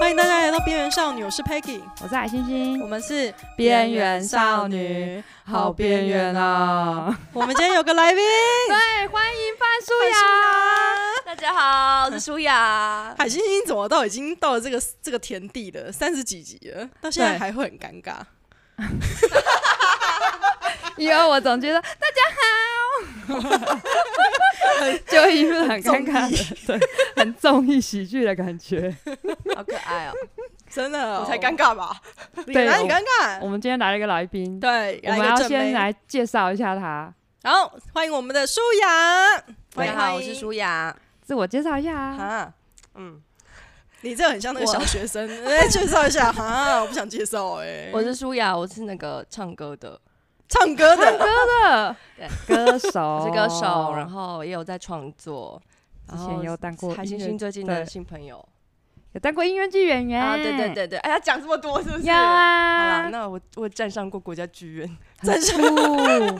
欢迎大家来到边缘少女，我是 Peggy，我是海星我星，们是边缘少女，好边缘啊！我们今天有个来宾， 对，欢迎范舒范雅，大家好，我是舒雅。海星星怎么到已经到了这个这个田地了，三十几集了，到现在对还会很尴尬。因为我总觉得大家好， 就一副很尴尬的，对，很综艺喜剧的感觉。 好可 爱哦！真的、我我才才尴尴尬吧？你对哪里我尴尬？我们今天来了一个来宾，对，我来们一要个正先妹。来介绍一下他，好，欢迎我们的舒雅。大欢迎家好，我是舒雅。自我介绍一下啊。啊，嗯，你这很像那个我小学生。来介绍一下 哈，我不想介绍哎、我是舒雅，我是那个唱歌的，唱歌的，歌手，我 是歌手，然后也有在创作。之然后前有当过海音星乐星最近的对新朋友有当过音乐剧演员啊，对对，对对，哎，他讲这么多是不是？有好啊啦，，那我我站上过国家剧院真是酷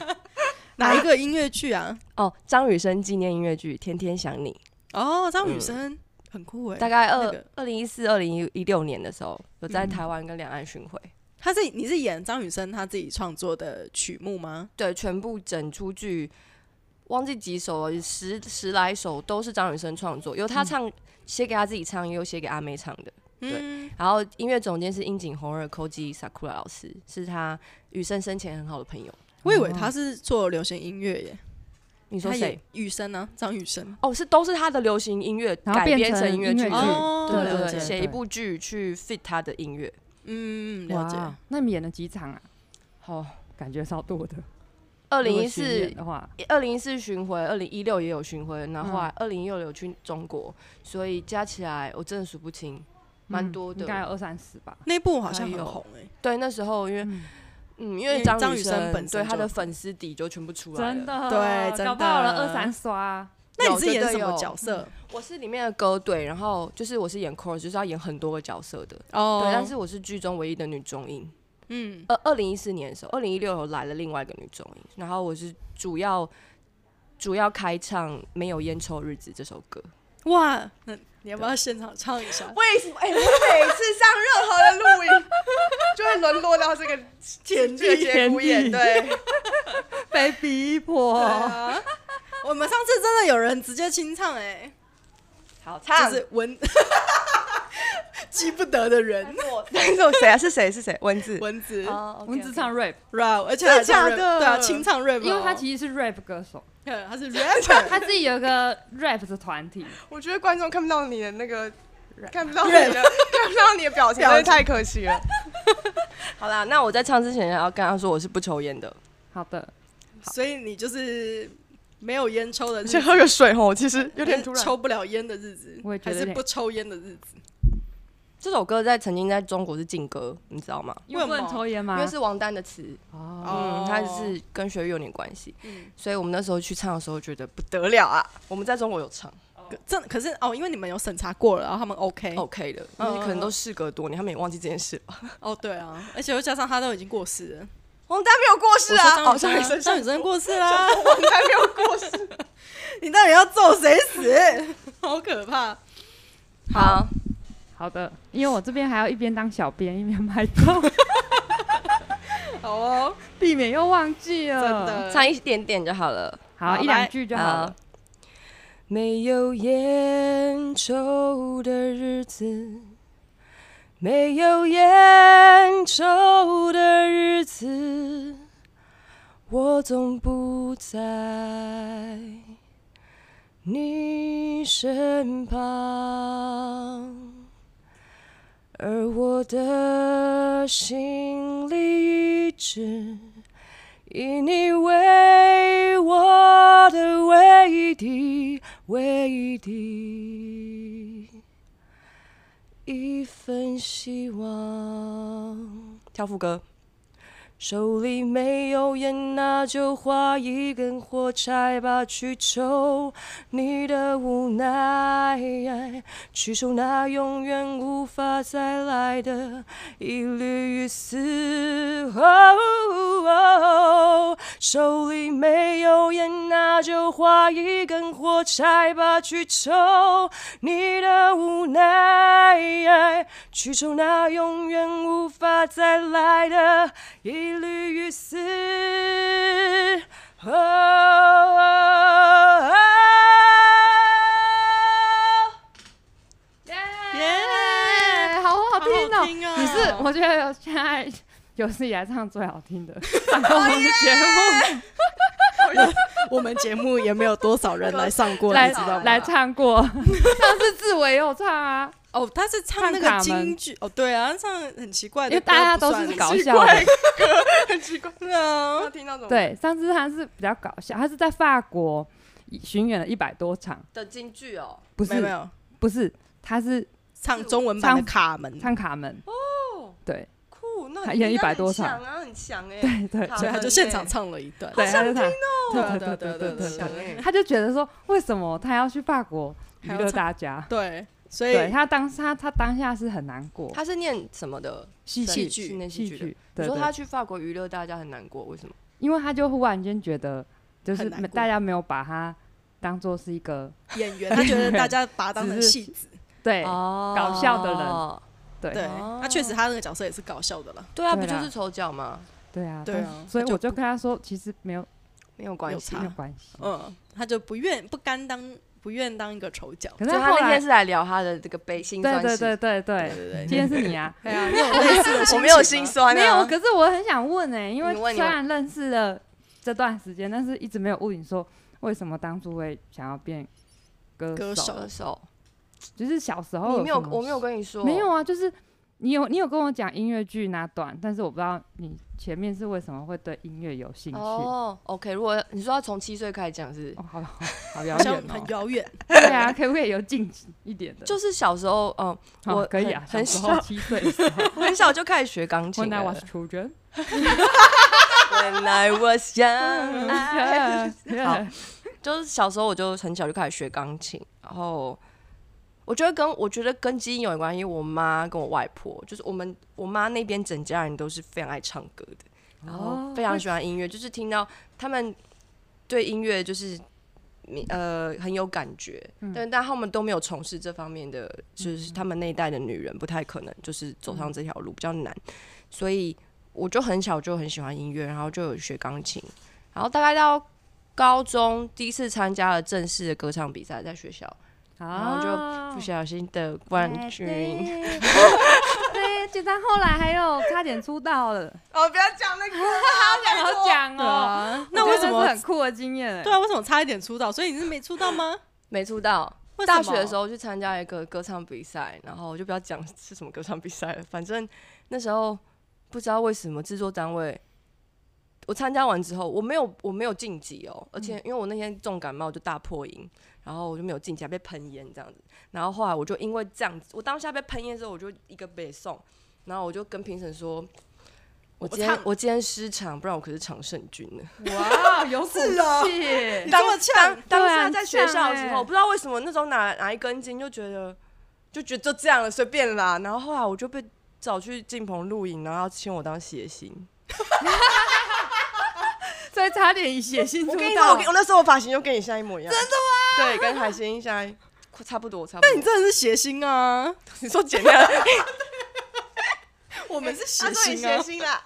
哪一个音乐剧啊？哦，张雨生纪念音乐剧《天天想你哦，张嗯雨生、很酷哎、》，大概那二个二零一四、二零一六年的时候，有在嗯台湾跟两岸巡回，他是你是演张雨生他自己创作的曲目吗？对，全部整出剧，忘记几首了，十十来首都是张雨生创作，有他唱写、给他自己唱，也有写给阿妹唱的。嗯，然后音乐总监是樱井宏二 Koji Sakura 老师，是他雨生生前很好的朋友。我以为他是做流行音乐耶。哦你你说谁？？雨生啊，张雨生。哦，是都是他的流行音乐然后改编变成成音乐剧音的，乐剧哦对了对解对，写对一部剧去 fit 他的音乐。嗯，了解。哇那你们演了几场啊？好，感觉超多的。二二零一四的话，二零一四巡回，二零一六也有巡回，然后后来二零一六有去中国，所以加起来我真的数不清，蛮嗯多的。应该有二三十吧。那部好像还很有红哎、对，那时候因为嗯嗯，因因为为张张雨雨生生本身对他就的粉丝底就全部出来了。真，的，对真的嗯搞不好了二三刷。那你有是演绝什对么有嗯角色？我是里面的歌队，然后就是我是演 chorus，就是要演很多个角色的。哦对，但是我是剧中唯一的女中音。嗯，二二零一四年的时候，二零一六有来了另外一个女中音，然后我是主要主要开唱《没有烟抽日子》这首歌。哇，那你要不要现场唱一下？为什么？哎、我每次上任何的录音，就会沦落到这个田这个地。节骨眼。对，被逼迫，啊 我们上次真的有人直接清唱哎、好唱。就是 文记不得的人是我谁啊？是谁？是谁？文字。文字哦文字唱 rap， rap，而且真的还唱假 rap，的对啊，清唱 rap，因为他实其实是 rap 歌手，他是 rapper，他自己有一个 rap 的团体。我觉得观众看不到你的那个，看不到你的 看不到你的表情真的太可惜了。好啦，那我在唱之前要跟他说我是不抽烟的，好的， 所以你就是没有烟抽的日子 先，喝个水吼，其实有点突还是然。抽不了烟的日子我也，觉还得有是点不抽烟的日子。这首歌在曾经在中国是禁歌，你知道吗？因为不为什能么抽烟吗因为？是王丹的词，啊哦，哦嗯，它是跟学育有点关系，嗯所以我们那时候去唱的时候觉得不得了啊！我们在中国有唱可真的可是哦，因为你们有审查过了，然后他们 OK。 ，OK 的，嗯但是可能都事隔多年，他们也忘记这件事了。哦，对啊，而且又加上他都已经过世了，王丹没有过世啊，我哦，说张张雨雨生生，啊，张雨生过世啦，王丹没有过世。 你到底要咒谁死？ 好可怕！ 好，好的，因为我这边还要一边当小编一边拍照，好哦，避免又忘记真了。，的，唱一点点就好了。好好一来两句就好了。没有烟抽的日子，没有烟抽的日子，我总不在你身旁。而我的心里一直以你为我的唯一的、唯一的一份希望。跳副歌，手里没有烟，那就划一根火柴吧，去抽你的无奈，去抽那永远无法再来的一缕雨丝。哦哦手里没有烟，那就划一根火柴吧，去抽你的无奈，去抽那永远无法再来的一缕雨丝。哦哦哦哎，好好听好哦！好听哦你是我觉得现在 有史以来唱最好听的上过我们的节目， 我们节目也没有多少人来上过，来你知道吗？来唱过。 上次志伟也有唱啊，哦，他是唱那个唱卡门京剧，哦，对啊，他唱很奇怪因的歌，为大家不都算是很搞奇笑怪的。很奇怪的。听到怎对，上次他是比较搞笑，他是在法国巡演了一百多场，的京剧哦，不没有没是有不是，他是唱中文版的《卡门》，唱卡门哦，对酷，那还你演应该100多场很强啊，很强哎、对对卡所以他门就呢现场唱了一段。对，他就唱，哦对对对对对对对对对对强哎、他就觉得说为什么他要去法国娱还要乐唱哎大家？对，所以对他当他他当下是很难过，他是念什么的？戏剧戏剧戏那戏剧的剧，你对说对他去法国娱乐大家很难过，为什么？因为他就忽然间觉得，就是很难没过大家没有把他当做是一个演员他觉得大家把他当成 只是戏子，对哦搞笑的人对对，那确实他那个角色也是搞笑的了。对啊，对不就啦是丑角吗？对啊，对啊但是所以他就我就跟他说，其实没有没有关系啊有没有啊差。关系。哦嗯，他就不愿不甘当不愿当一个丑角。可是就他后那来天，是来聊他的这个悲心酸对对史，对对对对，对对，今天是你啊，对啊，你有类似的我没有情心吗酸、啊，没有。可是我很想问哎，因为你问你虽问然认识了这段时间，但是一直没有问你说为什么当初会想要变歌歌手手，歌手，就是小时候你没有，什么我没有跟你说，没有啊，就是你有你有跟我讲音乐剧那段，但是我不知道你前面是为什么会对音乐有兴趣。哦哦，OK，如果你说要从七岁开始讲是不是，好好 好遥好远像很哦，遥远，对啊，可不可以有近一点的？就是小时候，嗯，好我可以啊，小很时很候七岁的 时候 很小就开始学钢琴，When I 了 was。children， When I was young，I- 好 Yeah，就是小时候我就很小就开始学钢琴，然后我觉得跟我觉得跟基因有关系。我妈跟我外婆，就是我们我妈那边整家人都是非常爱唱歌的，然哦后非常喜欢音乐，就是听到他们对音乐就是呃很有感觉，但但他们都没有从事这方面的，就是他们那一代的女人不太可能就是走上这条路，比较难，所以我就很小就很喜欢音乐，然后就有学钢琴，然后大概到高中第一次参加了正式的歌唱比赛，在学校然后不就小心得冠军。哎对， 对就但后来还有差点出道了，哦，不要讲那 个，好讲对哦。啊。我那觉为得什这么是很酷的经验哎对？啊？为什么差一点出道？所以你是没出道吗？没出道。为什大么学的时，候去参加一个歌唱比赛，然后我就不要讲 是什么歌唱比赛了，反正那时候不知道为什么制作单位，我参加完之后我没有我没有晋级哦，而嗯且因为我那天重感冒就大破音，然后我就没有晋级，还被喷烟这样子，然后后来我就因为这样子，我当下被喷烟之后我就一个北送，然后我就跟评审说。我不今天唱我今天失常，不然我可是常胜军呢。哇，有骨是哦气你这么呛，当对下啊在很学像校的时欸候，不知道为什么那时候哪哪一根筋就觉得就觉得就这样了，随便啦。然后后来我就被找去进棚录影，然后要签我当谐星。所以差点以写信出我跟你说，道 我跟。我那时候我发型就跟你现在一模一样，真的吗？对，跟海星啊现在快 差不多，差不那你多。真的是谐星啊！你说简单，我们是他谐说星你谐啊，星啦，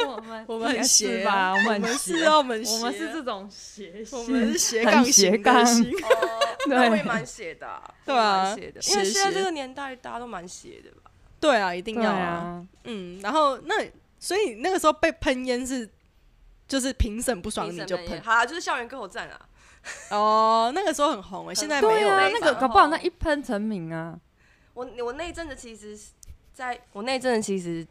我们我们很应该是邪吧？我我们们很是邪啊，我们我们是哦这，这种邪性，我们是斜很杠斜型的杠星， 哦，那对我也蛮写的啊，对啊我也蛮写的，因为写现在这写个年代大家都蛮写的吧。对啊，一定对要啊，啊，嗯，然后那所以那个时候被喷烟是。就是评审不爽评你审就们也喷好啦，就是校园歌手战啊，哦，那个时候很红诶，现在对没有啊了啊，吧。那个搞不好那一喷成名啊，我我那一阵子其实是在，我那一阵子其实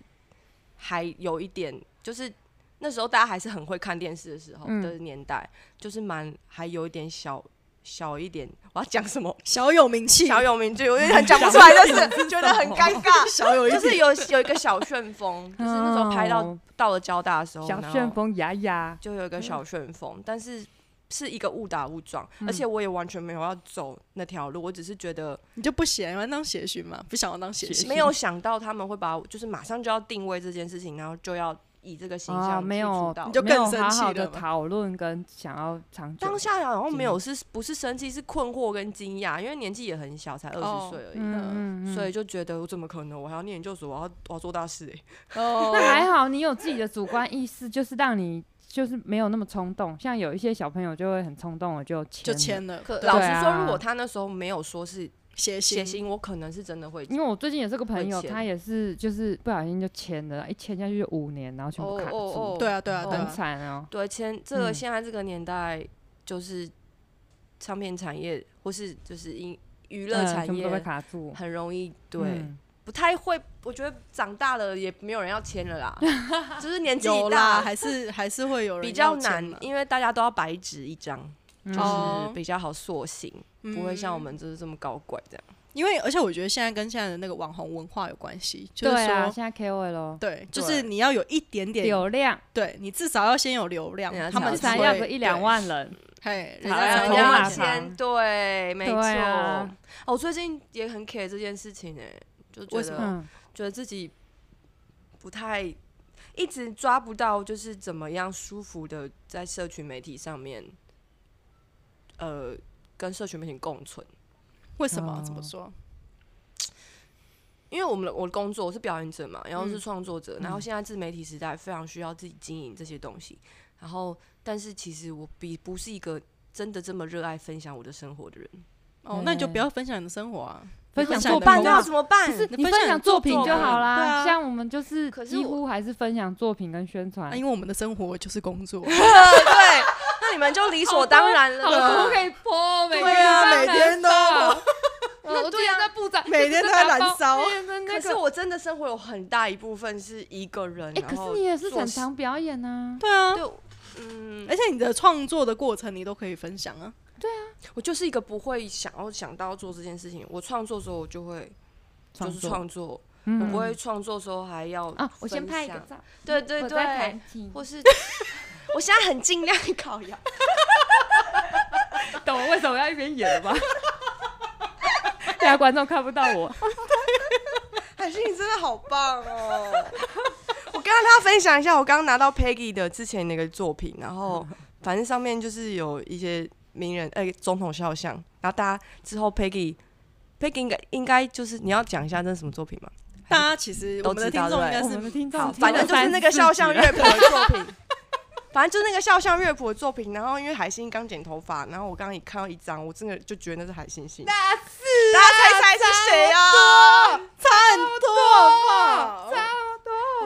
还有一点，就是那时候大家还是很会看电视的时候嗯的年代，就是蛮还有一点小小一点，我要讲什么？小有名气，小有名句，我有点讲不出来，但是觉得很尴尬。小有一就点是有有一个小旋风，就是那时候拍到哦到了交大的时候，小然后旋风嗯雅雅，就有一个小旋风，但是是一个误打误撞，嗯而且我也完全没有要走那条路，我只是觉得你就不喜欢当协寻嘛？不想要当协协寻，寻没有想到他们会把我，就是马上就要定位这件事情，然后就要以这个形啊，象没去有主导你。就没有更生好气好了的嘛讨论跟想要长久当，下好像没有嗯是不是生气，是困惑跟惊讶，因为年纪也很小，才二哦十岁而已。嗯嗯嗯，所以就觉得我怎么可能？我还要念研究所，我要我要做大事哎、哦那还好，你有自己的主观意识，就是让你就是没有那么冲动。像有一些小朋友就会很冲动，我就签就了，签了可对老对实啊说，如果他那时候没有说是协写寻，信，我可能是真的会因为我最近也是个朋友，会签他也是就是不小心就签了，一签下去就五年，然后全部哦卡住，对啊对啊对很啊，惨哦。对，签这个嗯现在这个年代，就是唱片产业或是就是音娱乐嗯产全部都被业卡住，很容易对，嗯，不太会。我觉得长大了也没有人要签了啦， 就是年纪有一啦， 大还是还是会有人比较要签啊难嘛，因为大家都要白纸一张，嗯就哦是比较好塑形，不会像我嗯们就是这么搞怪这样。因为而且我觉得现在跟现在的那个网红文化有关系，就是对啊，说，现在 KOL 咯对，就对是你要有一点点，流量对你至少要先有流量人家，他才们至有才少会要个一两，万人，对嘿，人好家啦才人会头家马要场签，对，没错。对啊哦，我最近也很 care 这件事情哎、就觉为什得么嗯，觉得自己不太一直抓不到，就是怎么样舒服的在社群媒体上面，呃，跟社群媒体共存。为什么啊哦怎么说？因为我们的我的工作我是表演者嘛，然后是嗯创作者，然后现在自媒体时代非常需要自己经营这些东西。然后，但是其实我比不是一个真的这么热爱分享我的生活的人。哦，那你就对不要分享你的生活啊，分享啊分享你的作品头办就发到好怎么办？不是你你分分享享作作品品就啊好对啦，啊像我们就是可是几我哎乎还是分享作品跟宣传啊，因为我们的生活就是工作， 对，那你们就理所当然了好啦。多可以播，每对啊每天都我 我最近啊在部长，每天都在燃烧每天在那可个是我真的生活有很大一部分是一个人，哎，然可后是你也是哎做擅事长表演啊，对啊，对，嗯，而且你的创作的过程你都可以分享啊，我就是一个不会想要想到做这件事情。我创作的时候，我就会就是创作，我嗯不会创作的时候还要啊，我先分拍一个享，照，对对我在对，弹琴或是我现在很尽量搞呀，懂我为什么要一边演了吧？大家观众看不到 我，海是你真的好棒哦！我跟大家分享一下，我刚刚拿到 Peggy 的之前那个作品，然 后反正上面就是有一些名人，哎、总统肖像，然后大家之后 Peggy。Peggy 应该应该就是你要讲一下这是什么作品吗？大家其实都我们的知听道众应对该我是们的听好，众反正就是那个肖像乐谱的作品，反正就是那个肖像乐谱的作品。然后因为海星刚剪头发，然后我刚刚一看到一张，我真的就觉得那是海星星。大四大家猜猜是谁啊？差很多哦吧，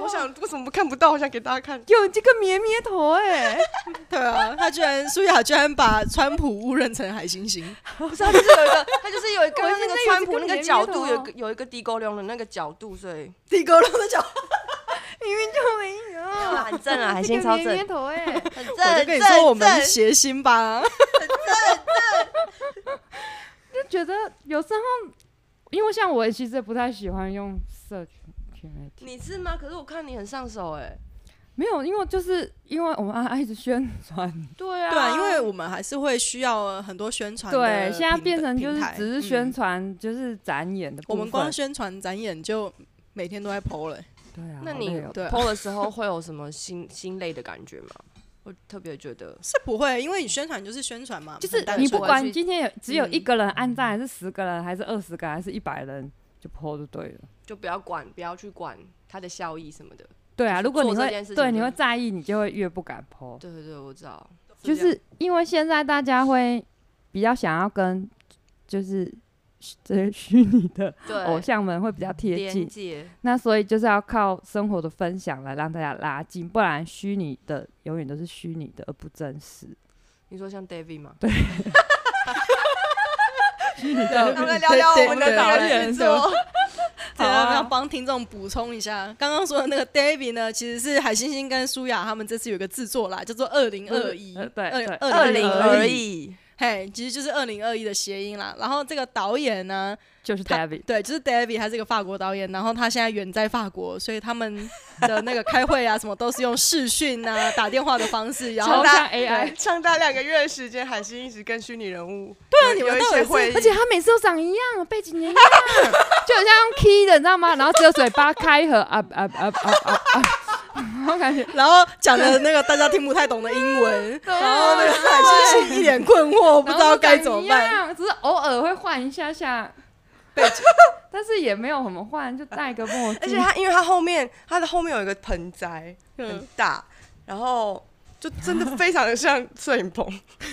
我想为什么看不到？我想给大家看。有这个咩咩头哎，对啊，他居然苏雅居然把川普误认成海星 星，不是，它啊就是有一个，它就是有一个我那现在个也川是普那跟个你一角样度，哦有一个有一个地沟流的那个角度，所以地沟龙的脚，明明就没有，很正啊，海这星个超 咩咩正，头哎，很我就跟你说我们谐星吧，就觉得有时候，因为像我其实也不太喜欢用社群去媒体，你是吗？可是我看你很上手哎。没有，因为就是因为我们爱一直宣传，对啊，对啊，因为我们还是会需要很多宣传的平台，对，现在变成就是平台嗯只是宣，传，就是展演的嗯我部分。们光宣传展演就每天都在 PO 了欸，对啊，那好你累哦对啊 PO 的时候会有什么心 心累的感觉吗？我特别觉得是不会，因为你宣传就是宣传嘛，就是很单你纯不我管去今天有只有一嗯个人按赞，还是十个人，还是二十个，还是一百人，就 PO 就对了。就不要管，不要去管它的效益什么的。对啊，做如果你这会件事情对就你会在意，你就会越不敢 PO。对对对，我知道，就是因为现在大家会比较想要跟就是虚这些虚拟的对哦偶像们会比较贴连近，接，那所以就是要靠生活的分享来让大家拉近，不然虚拟的永远都是虚拟的，而不真实。你说像 David 吗？虚拟的那我们来聊聊我们的对导对演对作。对好啊要帮听众补充一下，刚刚说的那个 David 呢，其实是海星星跟舒雅他们这次有一个制作啦，叫做二零二一，呃对对二零2021二而一。已，嘿，其实就是二零二一的谐音啦。然后这个导演呢，就是他 David，对，就是 David，他是个法国导演，然后他现在远在法国，所以他们的那个开会啊，什么都是用视讯啊、打电话的方式，然后超大像 AI，长达两个月的时间，海星一直跟虚拟人物。对啊，你有们有一到些底会是而且他每次都长一样，背景也一样，就很像用 key 的，你知道吗？然后只有嘴巴开合啊啊啊啊啊啊，然后感觉然后讲的那个大家听不太懂的英文，然后那个海星是一脸困惑，不知道该怎么办。办，只是偶尔会换一下下背景， 但是也没有怎么换，就戴个墨镜。而且他，因为他后面他的后面有一个盆栽很嗯，大，然后就真的非常的像摄影棚，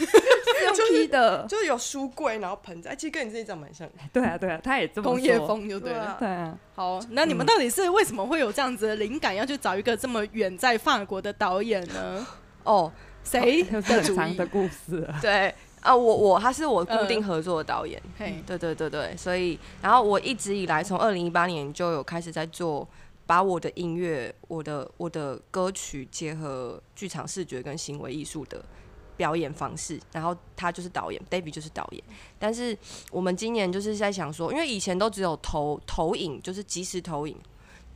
是用 key 的， 就是有书柜，然后盆栽，其实跟你自己长蛮像的。对啊对啊，他也这么工业说，风就对对了啊。对啊，好，那你们到底是为什么会有这样子的灵感，要去找一个这么远在法国的导演 呢？哦，谁又的是很主长意的？故事了。对啊，我我他是我固定合作的导演，嘿，对对对对，所以然后我一直以来从二零一八年就有开始在做，把我的音乐、我的我的歌曲结合剧场视觉跟行为艺术的表演方式，然后他就是导演，David 就是导演，但是我们今年就是在想说，因为以前都只有投投影，就是即时投影，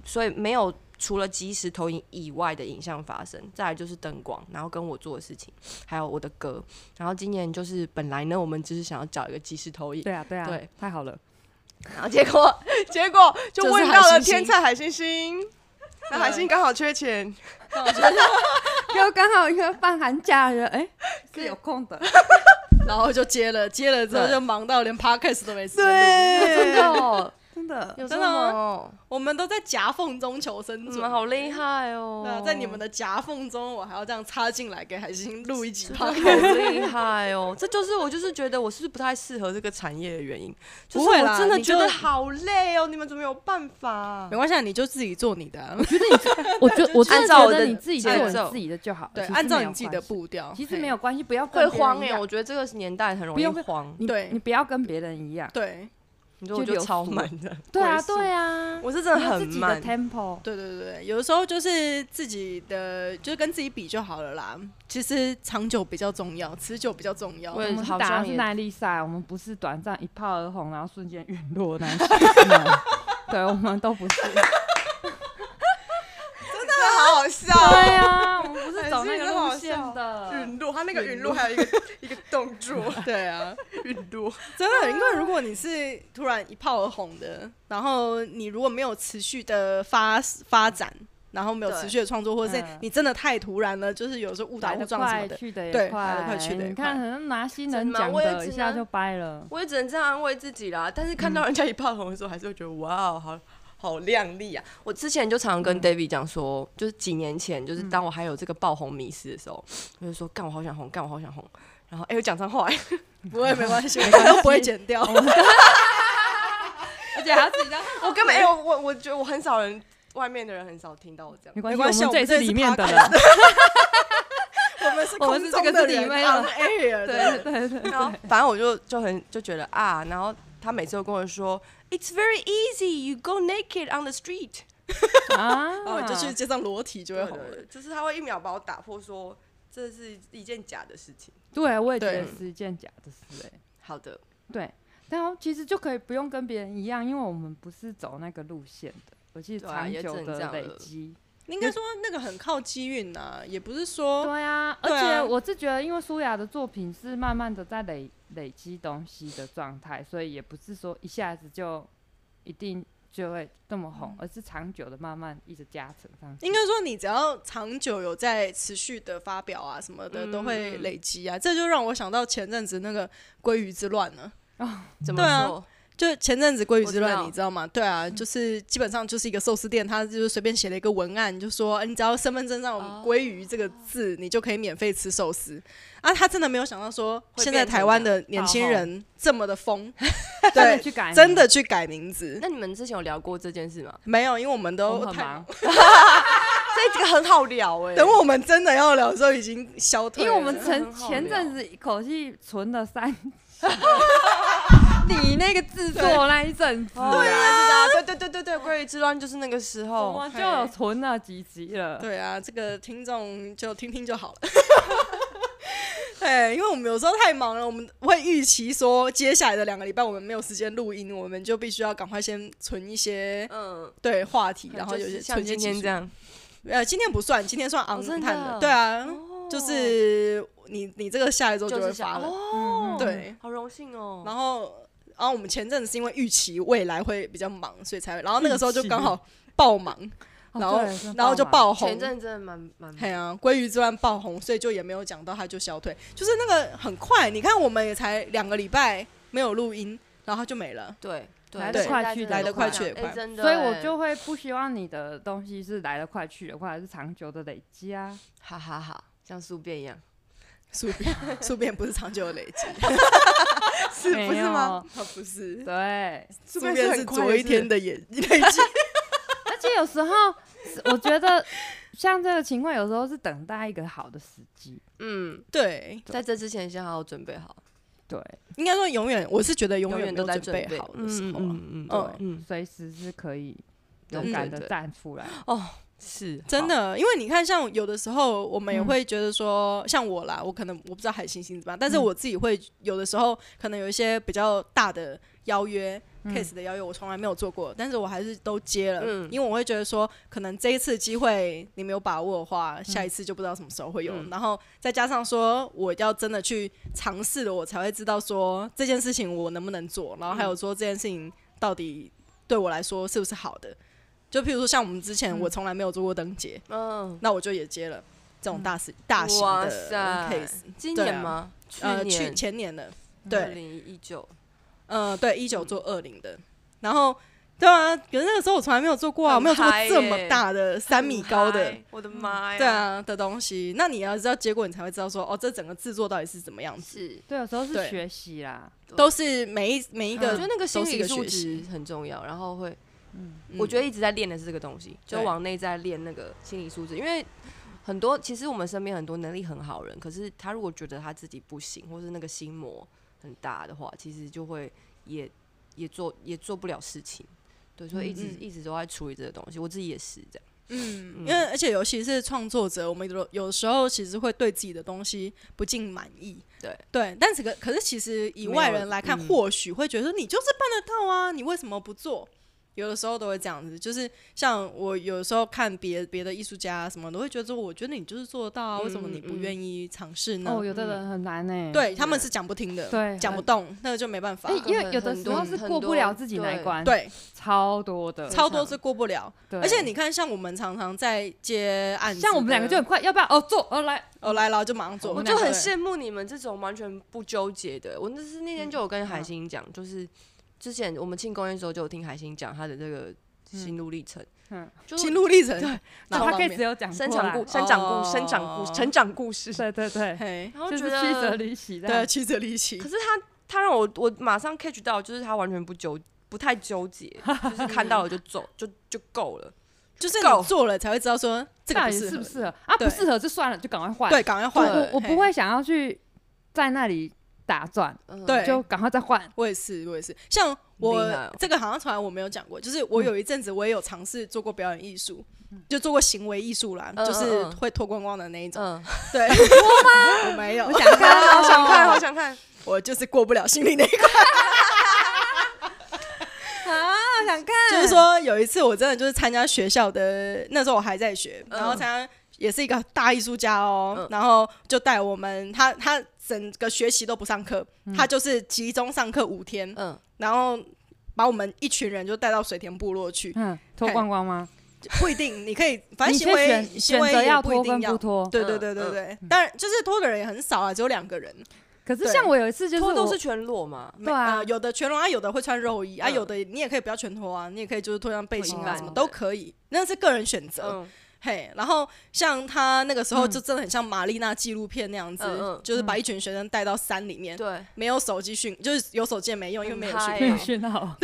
所以没有。除了即时投影以外的影像发生，再来就是灯光，然后跟我做的事情，还有我的歌。然后今年就是本来呢，我们只是想要找一个即时投影，对啊对啊，对，太好了。然后结果 结果就就是问海到了星星天才海星星，那海对星刚好缺钱，就刚好一个放寒假的人，哎、是有空的，然后就接了，接了之后对就忙到连 podcast 都没时间录。真的哦，真的。有真这的吗么我们都在夹缝中求生你存们，嗯好厉害哦对啊，，在 你们的夹缝中，我还要这样插进来给海星录一 集真的好 podcast。厉害哦，这就是我就是觉得我是不是不太适合这个产业的原因，就是不会啦我真的你觉就得好累哦，你们怎么有办法啊 没？关系啊，你就自己做你的啊，我觉我真的按照觉我得的你自己做节你奏自己的就好，对，其实按照没有你自己的关系，步调。其实嘿没有关系，不要会跟别人慌一哎，样我觉得这个年代很容啊不易用不用慌，你对你不要跟别人一样。对，你说我就就流超速慢的，对啊龟速对啊，我是真的你有很自己的慢， tempo。对对对对，有的时候就是自己的，就是跟自己比就好了啦。其实长久比较重要，持久比较重要我。我也们是好打的像是也耐力赛，我们不是短暂一炮而红，然后瞬间陨落那一种。对，我们都不是。好好笑 哦对啊，我们不是走那哎个路线的。陨落，他那个陨落还有一个一个动作，对啊， 陨落。真的，因为如果你是突然一炮而红的，然后你如果没有持续的发发展，然后没有对持续的创作，或者是嗯你真的太突然了，就是有时候误打来误得撞什快，么的。去的也对快，来得快去得也你快看，可能拿新人真的奖我也的，只一下能就 掰了。我也只能这样安慰自己啦。但是看到人家一炮红的时候，还是会觉得哇哦，好好靓丽啊！我之前就常跟 David 讲说，就是几年前，就是当我还有这个爆红迷失的时候，我就说干我好想红，干我好想红。然后哎，我讲脏话，不会，没关系，嗯我们都不会剪掉。而且还要自己这样，我根本哎，我我我觉得我很少人，外面的人很少听到我这样没。关没关系，系我们我们这这里里是是里面的 podcast 人， 我们是我们是空中这个的是里人啊面的 on air 对的， 对对，然后 反正我就就很就觉得啊，然后他每次都跟我说，It's very easy, you go naked on the street。啊，然后你哦就去街上裸体就会对红对了。对就是他会一秒把我打破说这是一件假的事情。对，我也觉得对是一件假的事哎、好的，对，然后其实就可以不用跟别人一样，因为我们不是走那个路线的，而且对啊长也久只能这的样累了积。应该说那个很靠机运呐，也不是说对啊，而对啊且我是觉得，因为舒雅的作品是慢慢的在累累积东西的状态，所以也不是说一下子就一定就会这么嗯红，而是长久的慢慢一直加成上去。应该说，你只要长久有在持续的发表啊什么的，嗯都会累积啊。这就让我想到前阵子那个鲑鱼之乱了。怎么对啊说？就前阵子鲑鱼之我知乱，道嗯你知道吗？对啊，就是基本上就是一个寿司店，他就是随便写了一个文案，就说、哎你只要身份证上有哦“鲑鱼”这个字，你就可以免费吃寿司。啊，他真的没有想到说，会现变在成台湾的这年样轻爆红人这么的 疯，真的对，去改，真的去改名字那你们之前有聊过这件事吗？没有？因为我们我都们很太忙，这个很好聊哎、等我们真的要聊的时候已经消退因了，为我们真前的很好前聊阵子一口气存了三， 你那个制作那一阵子，对啊，对对对对对，关于之乱就是那个时哦我候，们就有存了几集了。 对啊，这个听众就听听就好了。 对，因为我们有时候太忙了，我们会预期说接下来的两个礼拜我们没有时间录音，我们就必须要赶快先存一些嗯，对话题，然后就有是些像存一些今天技术这样，呃，今天不算，今天算昂哦真的探的，对啊，就哦是你你这个下来之后就就会是发想了，哦，对，好荣幸哦。然后然后我们前阵子是因为预期未来会比较忙，所以才会，然后那个时候就刚好爆忙，哦然后对真的然后就忙爆红前，阵真的蛮蛮嘿啊，鲑鱼之乱爆红，所以就也没有讲到它就消退，就是那个很快，你看我们也才两个礼拜没有录音，然后它就没了。对对，来得现快在去真来得有快这去也样快哎真的所以哎我就会不希望你的东西是来得快去得快，是长久的累积啊。哈哈哈，像宿便一样，宿 便，宿便不是长久的累积， 是没有？它哦不是，对，宿便便是是很快昨一是不天的也累积。而且有时候是我觉得像这个情况，有时候是等待一个好的时机。嗯，对，在这之前先好好准备好，对，应该说永远，我是觉得永永远远没都有在准备备好的时候啊。嗯嗯嗯嗯嗯，随时是可以对勇敢对的对站出来。是真的，因为你看，像有的时候我们也嗯会觉得说，像我啦，我可能我不知道海星星怎么样，但是我自己会有的时候可能有一些比较大的邀约、嗯 case 的邀约，我从来没有做过，但是我还是都接了，嗯因为我会觉得说，可能这一次机会你没有把握的话，下一次就不知道什么时候会有，嗯然后再加上说我要真的去尝试了，我才会知道说这件事情我能不能做，然后还嗯有说这件事情到底对我来说是不是好的。就譬如说，像我们之前嗯我从来没有做过灯节，嗯，那我就也接了这种大事、大型哇的塞 case，今对年啊吗？去呃，去年嗯前年的，二对，零一九，呃，对，一九做二零的，然后对啊，可是那个时候我从来没有做过啊，很我没有做过嗨这么耶大的三米高很的嗨，，我的妈呀！对，啊的东西，那你要知道结果，你才会知道说，哦，这整个制作到底是怎么样子，是，对，有时候是对学习啦。都是每一每一我个觉得那个嗯心都是一理个素学习质很重要，然后会，嗯我觉得一直在练的是这个东西，就对往内在练那个心理素质，因为。很多其实我们身边很多能力很好的人，可是他如果觉得他自己不行，或是那个心魔很大的话，其实就会也也做也做不了事情，对，所以一直、嗯嗯一直都在处理这个东西。我自己也是这样，嗯，因嗯为而且尤其是创作者，我们有有时候其实会对自己的东西不尽满意。对对，但是可可是其实以没外有人来看，嗯或许会觉得你就是办得到啊，你为什么不做？有的时候都会这样子，就是像我有时候看别别的艺术家什么的，会觉得说，我觉得你就是做得到啊，为什么你不嗯嗯愿意尝试呢？哦，有的人很难呢。对他们是讲不听的，对讲不动，那个就没办法哎，。因为很有的很时多候是很过不多了自己那一对关，，对，超多的，超多是过不了，对而且你看，像我们常常在接案子的，像我们两个就很快，要不要？哦，做，哦，来，哦来了就马上做，我们就两个很对羡慕你们这种完全不纠结的。我那是那天就有跟海星讲，就是之前我们庆功宴的时候就有听海星讲他的这个心路历程，嗯嗯，就心是路历程，对，就他可以只有讲生过长来故、生长哦故、生长故、成长故事，对对对，嘿，然后就觉是曲折得，离奇的。对，曲折离奇可，是他他让我我马上 catch 到，就是他完全不纠不太纠结，就是看到了就走就就够了。就是你够做了才会知道说这个到不底适合适不你，适合啊？对不适合就算了，就赶快换。对，赶快就换我了，我嘿不，会想要去在那里打转，嗯对就赶快再换。我也是，我也是，像厉害我哦这个好像从来我没有讲过，就是我有一阵子我也有尝试做过表演艺术。嗯就做过行为艺术啦，嗯就是嗯嗯会脱光光的那一种。嗯，对，我没有，我 想看，好想哦看，好想看，我就是过不了心里那一关。好想看。就是说，有一次我真的就是参加学校的，那时候我还在学，嗯然后参加也是一个大艺术家哦，嗯然后就带我们，他他整个学期都不上课，他就是集中上课五天，嗯，然后把我们一群人就带到水田部落去，嗯，脱光光吗？不一定，你可以，反正你行先为选行选为择也要不一脱定跟不要。脱。对对嗯对对嗯对，当然就是脱的人也很少啊，只有两个人。可是对像我有一次就是脱都是我，全裸嘛，对啊呃，有的全裸啊，有的会穿肉衣啊，嗯有的你也可以不要全脱啊，你也可以就是脱上背心脱啊，一半什么的都可以，那是个人选择。嗯，嘿，然后像他那个时候嗯就真的很像玛丽娜纪录片那样子，嗯嗯就是把一群学生带到山里面，对，没有手机讯，就是有手机也没用，因为没有讯很嗨没有号欸。讯号，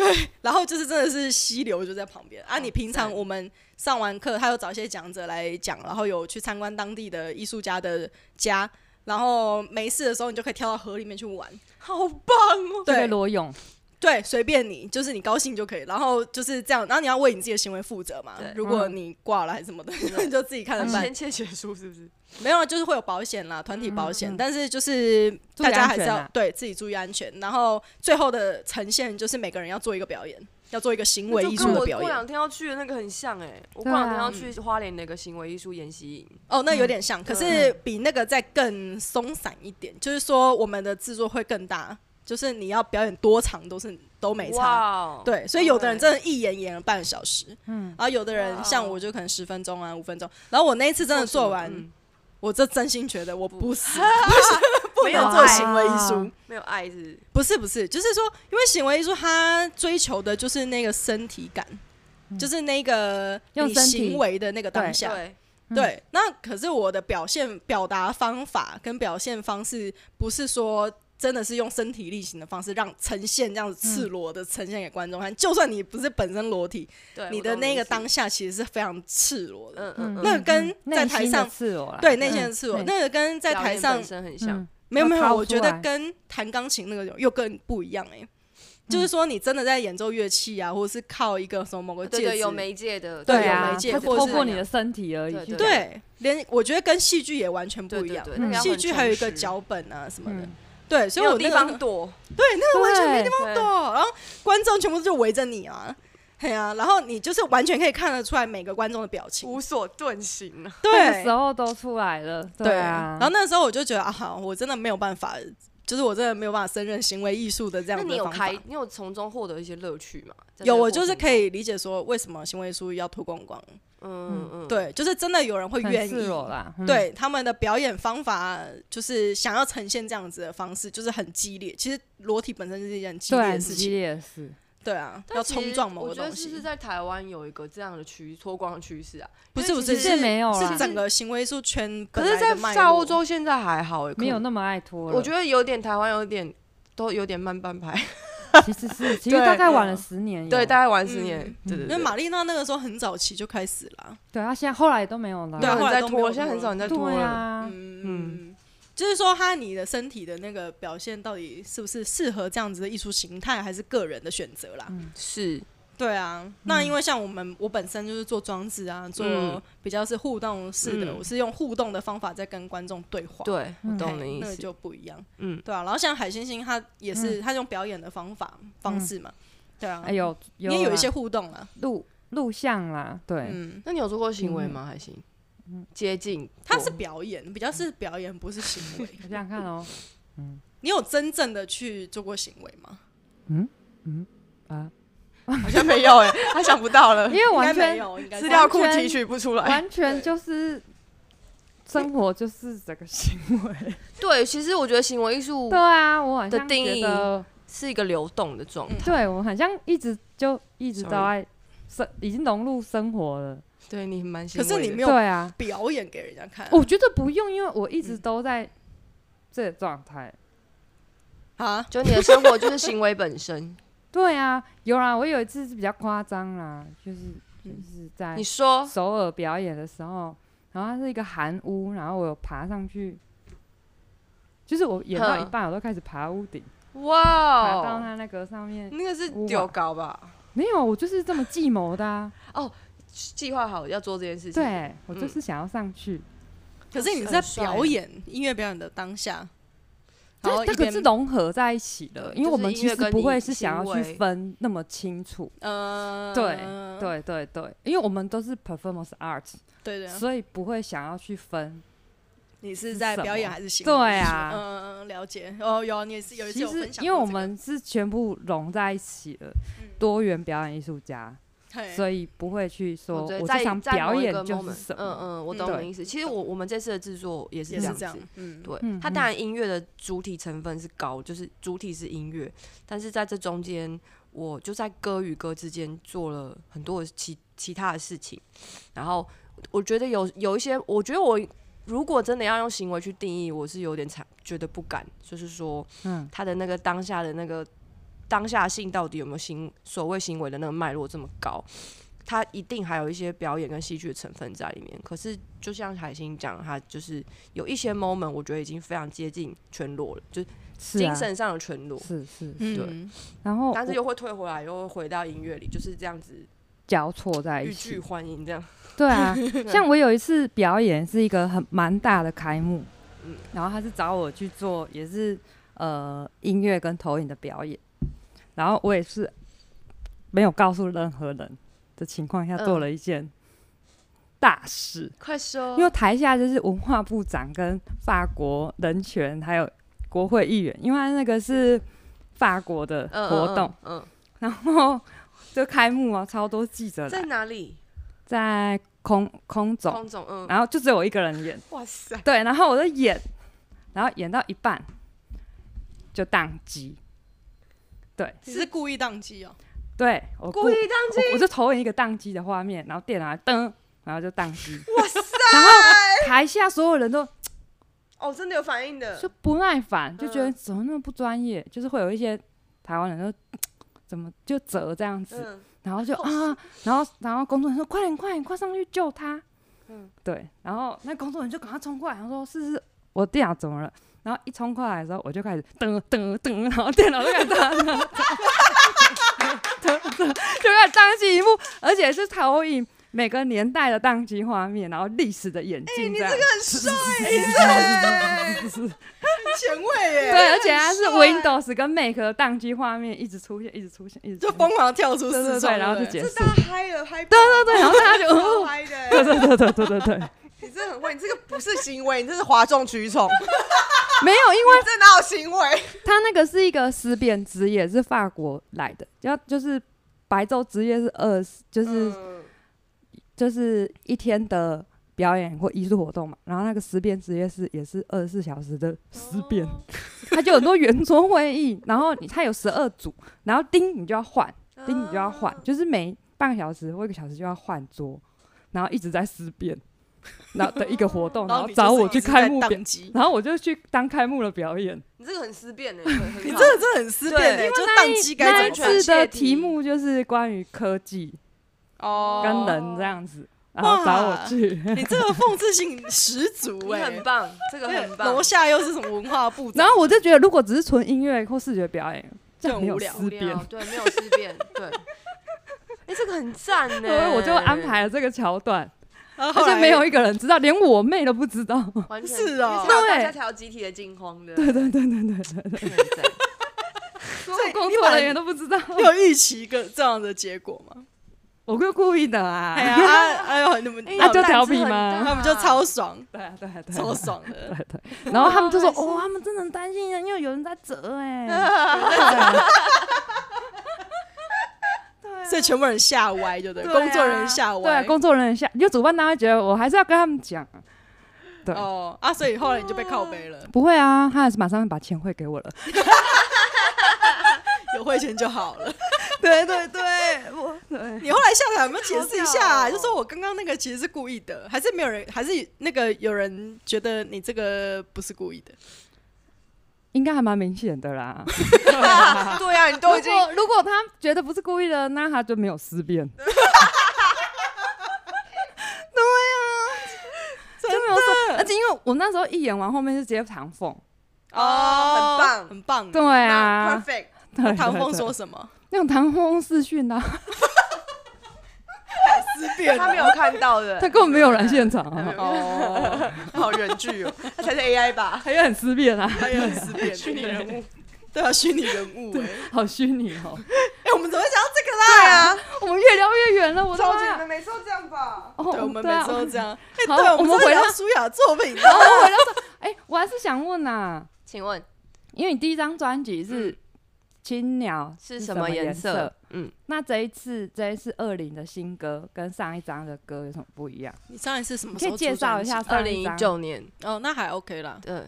然后就是真的是溪流就在旁边啊！哦你平常赞我们上完课，他有找一些讲者来讲，然后有去参观当地的艺术家的家，然后没事的时候你就可以跳到河里面去玩。好棒哦！就对被裸泳。对，随便你，就是你高兴就可以。然后就是这样，然后你要为你自己的行为负责嘛对。如果你挂了还是什么的，嗯你就自己看着办。先切结束是不是？ 没有啊，就是会有保险啦，团体保险，嗯嗯但是就是注意大家安还是全要啊对自己注意安全。然后最后的呈现就是每个人要做一个表演，要做一个行为艺术就跟的我表过演。两天要去的那个很像哎、我对过啊两天要去花莲那个行为艺术研习营，哦，那有点像，可是比那个再更松散一点，就是说我们的制作会更大，就是你要表演多长都是都没差。哇，，哦对，所以有的人真的一演演了半个小时，嗯，然后有的人哇像我就可能十分钟啊，五分钟。然后我那一次真的做完，嗯我这真心觉得我不是不没有能做爱行为艺术啊，没有爱是不是不是，就是说，因为行为艺术它追求的就是那个身体感，就是那个用你身体行为的那个当对不是，下。对，嗯对，那可是我的表现、表达方法跟表现方式，不是说真的是用身体力行的方式让呈现这样子赤裸的呈现给观嗯众看。就算你不是本身裸体，对你的那个当下，下其实是非常赤裸的。嗯嗯嗯，呃那个跟在台上刺我啦，对，嗯内线的赤裸，对那个跟在表台演上本身很像，嗯没有没要有，掏我出觉得来跟弹钢琴那个有又更不一样嗯哎、就是说你真的在演奏乐器啊，或者是靠一个什么某个对戒对，有指，媒介的，对有啊啊，媒介它的，它是或透是过你的身体而已去对对，连我觉得跟戏剧也完全对不一对样。对嗯那个要戏很剧还有一诚个实脚本啊什么的，嗯对，所以没有我那地个方躲，对那个完全没地方对躲，然后观众全部就围着你啊，嘿啊，然后你就是完全可以看得出来每个观众的表情，无所遁形啊，对，那个时候都出来了，啊，然后那时候我就觉得啊，好我真的没有办法，就是我真的没有办法胜任行为艺术的这样那的你有方法开，你有从中获得一些乐趣 吗？在有，这个我过就是程可以理解说为什么行为艺术要脱光光，中，嗯嗯，对，就是真的有人会很愿赤意，裸啦，嗯，对他们的表演方法就是想要呈现这样子的方式，就是很激烈。其实裸体本身就是一件很激对烈啊，的很事激情，烈的事，对啊，但要其冲实撞某我个觉得东是不是西。在台湾有一个这样的趋脱光的趋势啊？不因是为不其是，实是没有是啦整个行为艺术圈啊可本来是，在的脉络，在欧洲现在还好欸，可没有那么爱拖了，我觉得有点台湾有点都有点慢半拍，得其实是，其实对大概晚了十年 有，对，大概玩嗯十年，对对因为对，玛丽娜那个时候很早期就开始了啊，对，他现在后来都没有了，对啊很后来在都没有拖，现在很拖少人在拖对了。啊，嗯，就是说他你的身体的那个表现到底是不是适合这样子的艺术形态，还是个人的选择啦？嗯是，对啊，那因为像我们，我本身就是做装置啊，做嗯比较是互动式的，嗯我是用互动的方法在跟观众对话。对，我嗯嘿，懂你的意那个思。就不一样。嗯，对啊，然后像海星星，他也是他用表演的方法方式嗯嘛，对啊，哎有你也有啦一些互动啊，录录像啦，对，嗯，那你有做过行为吗？还行，接近过。他是表演，比较是表演，不是行为。 我想想看哦，你有真正的去做过行为吗？啊，好像没有哎，他想 不到了因，为应完该没全有，应该是资料库完全提取不出来。完全就是生活就是这个行为，对，其实我觉得行为艺术对啊，我好的像定义觉得。是一个流动的状态。对我好像一直就一直都 Sorry 在生，已经融入生活了。对你蛮行可为的，是你没有对啊，嗯表演给人家看啊 我觉得不用，因为我一直都在这个状态。啊？ 就你的生活就是行为本身。对啊，有啦，我有一次是比较夸张啦，就是就嗯是在你说首尔表演的时候，然后它是一个韩屋，然后我有爬上去，就是我演到一哼半，我都开始爬屋顶，爬到哇，哦它那个上面。那个是屋瓦丢高吧？没有，我就是这么计谋的 啊！计划好要做这件事情。，对我就嗯是想要上去，可是你是在表演音乐表演的当下，然后这一这个是边融合在一起的，对因为就我是们音其乐实跟不你会是行想要去为嗯分那么清楚，呃，对对对对，因为我们都是 performance art，对对啊，所以不会想要去分。你是在表演还是行为？对啊嗯，了解。哦，有啊你也是有一次其有实分享过这个，因为我们是全部融在一起的嗯多元表演艺术家，嘿所以不会去说我我觉得这在场在某表一演个就是 moment，什嗯么。嗯，我嗯懂对你意思。其实我我们这次的制作也是也是这样子，，嗯，对，嗯它嗯当然音乐的主体成分是高，就是主体是音乐，但是在这中间，我就在歌与歌之间做了很多的其其他的事情，然后我觉得有有一些，我觉得我如果真的要用行为去定义，我是有点惨，觉得不敢，就是说嗯，他的那个当下的那个当下性到底有没有行所谓行为的那个脉络这么高？他一定还有一些表演跟戏剧的成分在里面。可是就像海星讲，他就是有一些 moment，我觉得已经非常接近全裸了，就是是啊精神上的全裸，是是，嗯，然后但是我又会退回来，又会回到音乐里，就是这样子交错在一欲起拒，还迎这样。 对 啊，像我有一次表演是一个很蛮大的开幕，嗯然后他是找我去做，也是呃音乐跟投影的表演，然后我也是没有告诉任何人的情况下嗯做了一件大事，快说因为台下就是文化部长跟法国人权还有国会议员，因为他那个是法国的活动，，嗯，然后就开幕啊，超多记者嗯在来，哪里？在空空总。空总，嗯，然后就只有我一个人演，哇塞，对，然后我在演，然后演到一半就宕机，对只是故意宕机嗯哦，对，我故意宕当机，我就投影一个宕机的画面，然后电脑还噔，然后就宕机，哇塞，然后台下所有人都哦，真的有反应的就，不耐嗯烦，就觉得怎么那么不专业，就是会有一些台湾人就怎么就折这样子，嗯，然后就好哦啊，然后然后工作人员说快点快点快上去救他，嗯对，然后那工作人员就赶快冲过来，他说是是，我电脑怎么了？然后一冲过来的时候，我就开始噔噔噔，然后电脑就开始噔噔噔，就开始宕机一幕，而且是投影每个年代的宕机画面，然后历史的哎演进这样。很帅， 前卫耶，对，而且它是很帅 Windows 跟 Mac 的宕机画面一直出现，一直出现，一直出就现疯狂跳出 对四对窗，对，然后就对不对结束。大嗨了，嗨爆，啊对对对，然后大家就，超哦嗨的对 对欸，对对对对对，你这很会，你这个不是行为，你这是哗众取宠， 没有，因为这哪有行为？它那个是一个思辨之夜，是法国来的，要就是白昼之夜是二十，就是嗯就是一天的表演或艺术活动嘛，然后那个思辨之夜是也是二十四小时的思辨， 它就有很多圆桌会议，然后你它有十二组，然后丁你就要换。啊丁你就要啊换，就是每半个小时或一个小时就要换桌，然后一直在思辨，然后的一个 活动，然后你就是找我一去直在开幕表宕， 机，然后我就去当开幕的表演。你这个很思 辨哎，很你这很好个真的很思辨欸对耶，就宕那一机那该一怎么次的切题题目就是关于科技哦跟人这，样子，然后找我 去，办？你这个讽刺性十足你哎，很棒，这个很棒，楼下又是什么文化部长然？后我就觉得如果只是纯音乐或视觉表演，这就样很没有无聊思无聊辨。对，没有思辨， 对。哎、这个很赞欸呢、所以我就安排了这个桥段，然后后而且来没有一个人知道，连我妹都不知道。完全是哦因为才有大对家才有集体的惊慌的，对 对对对对对，对 对，所哎有工作人员都不知道，你有预期一个这样的结果吗？我就故意的啊。哎呀，啊哎呦，你们哎啊那就调皮吗他他们就超爽，对啊，对啊，对啊超爽的。然后他们就说：“哇哦，他们真的很担心啊，因为有人在折哎、对所以全部人吓歪，就对，对啊工作人员吓歪。对，工作人员下，就主办单位觉得我还是要跟他们讲啊，对哦啊，所以后来你就被靠背了，不会啊，他还是马上把钱汇给我了。有汇钱就好了。对对对，我对你后来下场有没有解释一下好屌啊？哦就说我刚刚那个其实是故意的，还是没有人，还是那个有人觉得你这个不是故意的？ 应该还蛮明显的啦。 对啊，你如都 已经果如果他觉得不是故意的，那他就没有思辨。对啊呀、就没有说，而且因为我那时候一演完，后面就直接唐凤。哦很棒很棒。对哎啊， perfect，对对唐凤对说什么？那种唐风视讯啊，思辨他没有看到的， 他根本没有来现场他没啊，有，哦，好远距哦，他才是 AI 吧？他也很思辨啊，他也很思辨，虚拟人物。 对啊，虚拟人物哎、 好虚拟哦。哎、我们怎么会讲到这个啦？对啊，我们越聊越远了，我的超级妈你呀！们每次都这样吧？哦对，我们对啊每次都这 样。哎、好对，我们们真的回到聊舒雅作品然 后我就说，哎，我还是想问呐，请问因为你第一张专辑是青鸟嗯是什什么颜颜色？？嗯，那这一次，这一次二零的新歌跟上一张的歌有什么不一样？你上一次什么你时可候以介出专绍一下辑上二零一一张。九年，哦，那还 OK 啦。对，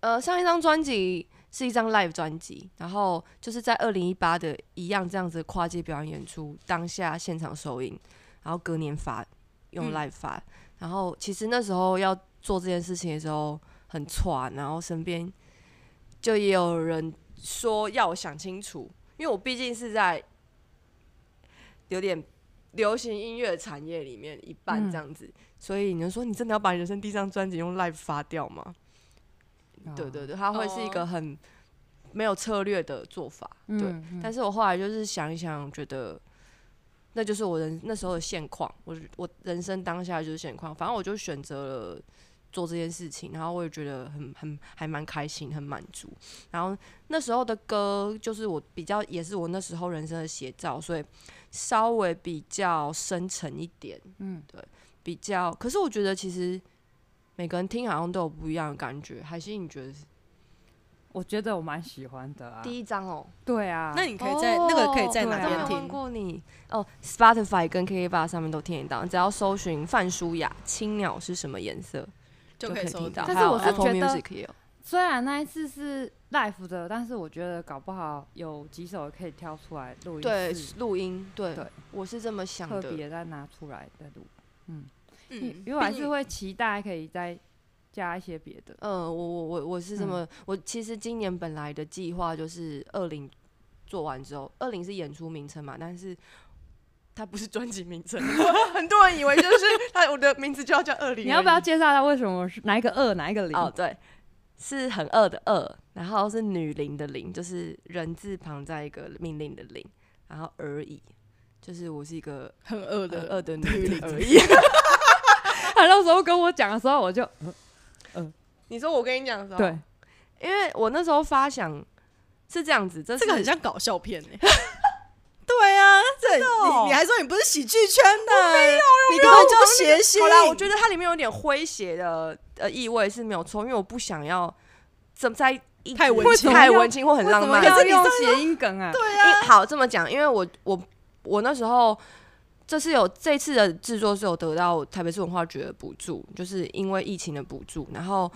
呃，上一张专辑是一张 live 专辑，然后就是在二零一八的一样这样子跨界表演演出，当下现场首映，然后隔年发用嗯 live 发，然后其实那时候要做这件事情的时候很错，然后身边就也有人说要我想清楚，因为我毕竟是在有点流行音乐产业里面一半嗯这样子，所以你就说你真的要把你人生第一张专辑用 live 发掉吗？对对对，它会是一哦个很没有策略的做法，对。嗯但是我后来就是想一想，觉得那就是我人那时候的现况，我我人生当下就是现况。反正我就选择了做这件事情，然后我也觉得很很还蛮开心，很满足。然后那时候的歌就是我比较也是我那时候人生的写照，所以稍微比较深沉一点，嗯，对，比较。可是我觉得其实每个人听好像都有不一样的感觉，还是你觉得是？我觉得我蛮喜欢的啊。第一张哦，对啊，那你可以在、那个可以在对哪啊我边都没有问听？过你哦，Spotify 跟 KK 八上面都听得到，只要搜寻范舒雅《青鸟是什么颜色》就可可以收听到到。。但是还有我是 Apple 觉得 Music 也有，虽然那一次是 live 的，但是我觉得搞不好有几首可以挑出来录一对次，录音，对对我是这么想特的。别再拿出来再录。嗯因，因为我还毕是竟会期待可以再加一些别的。嗯，我我我我是这么，我其实今年本来的计划就是二零做完之后，二零是演出名称嘛，但是它不是专辑名称，很多人以为就是它我的名字就要叫二零。你要不要介绍一下为什么是哪一个二，哪一个零？哦，对，是很恶的恶，然后是女伶的伶，就是人字旁在一个命令的令，然后而已，就是我是一个很恶很的，恶的女女伶伶而已。他那时候跟我讲的时候，我就哦你说我跟你讲的时候，对，因为我那时候发想是这样子，这这个是很像搞笑片 哎、对啊，这哦你你还说你不是喜剧圈的、欸没有，你根本就谐星。好啦，我觉得它里面有点诙谐的呃意味是没有错，因为我不想要怎么在一太直文青太文青或很为什浪么漫，要用谐音梗啊？对啊，因好这么讲，因为我我我那时候这是有这次的制作是有得到台北市文化局的补助，就是因为疫情的补助，然后。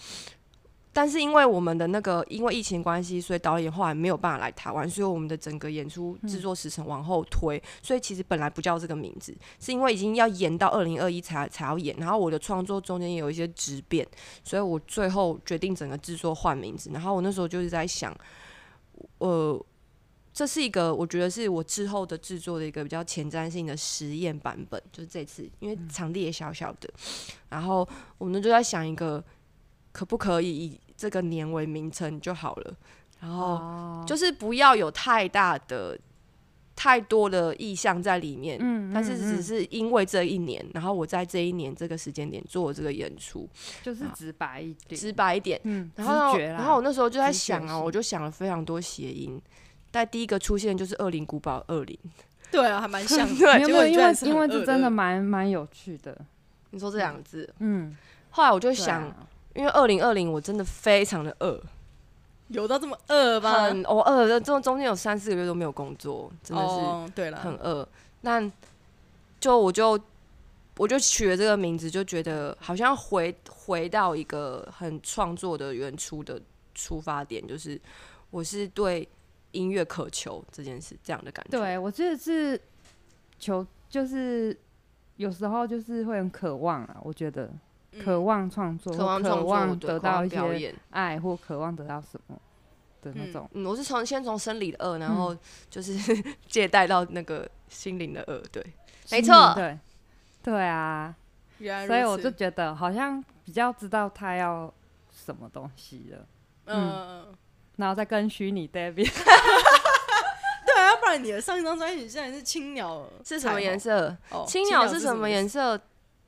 但是因为我们的那个因为疫情关系，所以导演后来没有办法来台湾，所以我们的整个演出制作时程往后推，嗯所以其实本来不叫这个名字，是因为已经要延到二零二一才才要演，然后我的创作中间也有一些质变，所以我最后决定整个制作换名字。然后我那时候就是在想，呃，这是一个我觉得是我之后的制作的一个比较前瞻性的实验版本，就是这次，因为场地也小小的，然后我们就在想一个可不可以以这个年为名称就好了，然后。哦就是不要有太大的、太多的意向在里面。嗯但是嗯只嗯是因为这一年，然后我在这一年这个时间点做这个演出，就是直白一点，直白一点。嗯，然后直呢，觉啦然后我那时候就在直觉想啊，性我就想了非常多谐音，但第一个出现就是二零古堡二零。对啊，还蛮像的。对 没有结没果有，你因居然为是很因为恶这的真的蛮蛮有趣的，你说这两个字，嗯，后来我就对想，啊因为二零二零我真的非常的饿，有到这么恶吗？很我饿的，这中间有三四个月都没有工作，真的是。哦，对很了，饿。那就我就我就取了这个名字，就觉得好像回回到一个很创作的原初的出发点，就是我是对音乐渴求这件事这样的感觉。对，我觉得是求，就是有时候就是会很渴望啊，我觉得嗯渴望创作，渴望或创渴望作，对得渴望到一表些演。爱，或渴望得到什么的那种。嗯，我是从先从生理的饿，嗯然后就是 借贷到那个心灵的饿。对，没心错灵嗯对，对啊，原来所以我如就此觉得好像比较知道他要什么东西了，嗯，然后再跟虚拟 David 对啊，要不然你的上一张专辑现在是青鸟，是什么颜色？色？哦，青鸟是什什么颜色？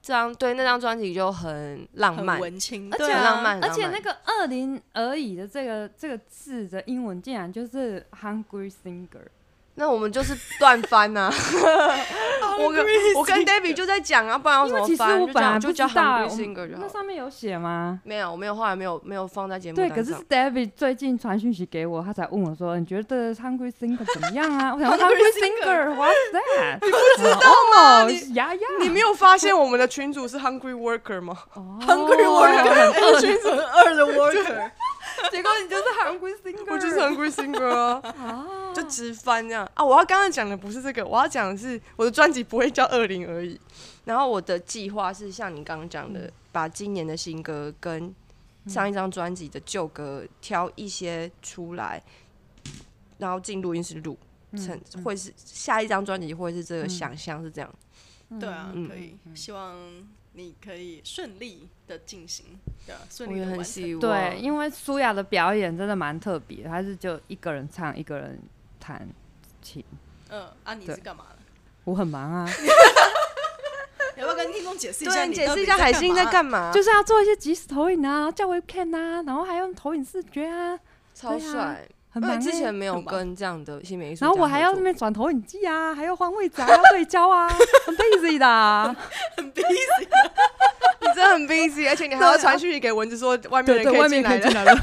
这张对那张专辑就很浪很漫，文青，而且对啊很浪漫，很而浪且漫那个二零而已的这个这个字的英文竟然就是 hungry singer，那我们就是乱翻呐、 我跟我跟 David 就在讲啊，不然要因怎为么其实翻？我就本来讲不就知叫道、欸， Hungry 我 Singer 就好那。上面有写吗？没有，我没有，后来没有没有放在节目对，单可是上是 David 最近传讯息给我，他才问我说：“嗯你觉得 Hungry Singer 怎么样啊？”我想说 Hungry Hungry Singer Singer，What's that？你 不知道吗？你呀呀，你没有发现我们的群主是 Hungry Worker 吗？ Hungry 哦 Worker，哎群主很二的 Worker，结果你就是 Hungry Singer，我就是 Hungry Singer 啊，啊，就直翻这样啊！我要刚刚讲的不是这个，我要讲的是我的专辑不会叫二零而已。然后我的计划是像你刚刚讲嗯的，把今年的新歌跟上一张专辑的旧歌挑一些出来，然后进录音室录。嗯成会是下一张专辑会是这个想象是这样，对啊嗯，可以，希望你可以顺利的进行，对啊，顺嗯我利也的很完希成。望。对，啊因为舒雅的表演真的蛮特别，她是就一个人唱，一个人弹琴。嗯，啊，你对是干嘛的？我很忙 啊，你要不要跟听众解释一下？对，你你解到释底一下海星星在干嘛？就是要做一些即时投影啊，叫 webcam 啊，然后还用投影视觉啊，超对啊帅。很因忙、为欸。之前没有很忙跟这样的新媒艺术家然合后作过，我还要那边转投影机啊，还要换位置啊，还要对焦啊，很 busy 的、啊。你真的很 busy，而且你还要传讯息给蚊子说啊外面对人可对，以外进面可来以进了。来了，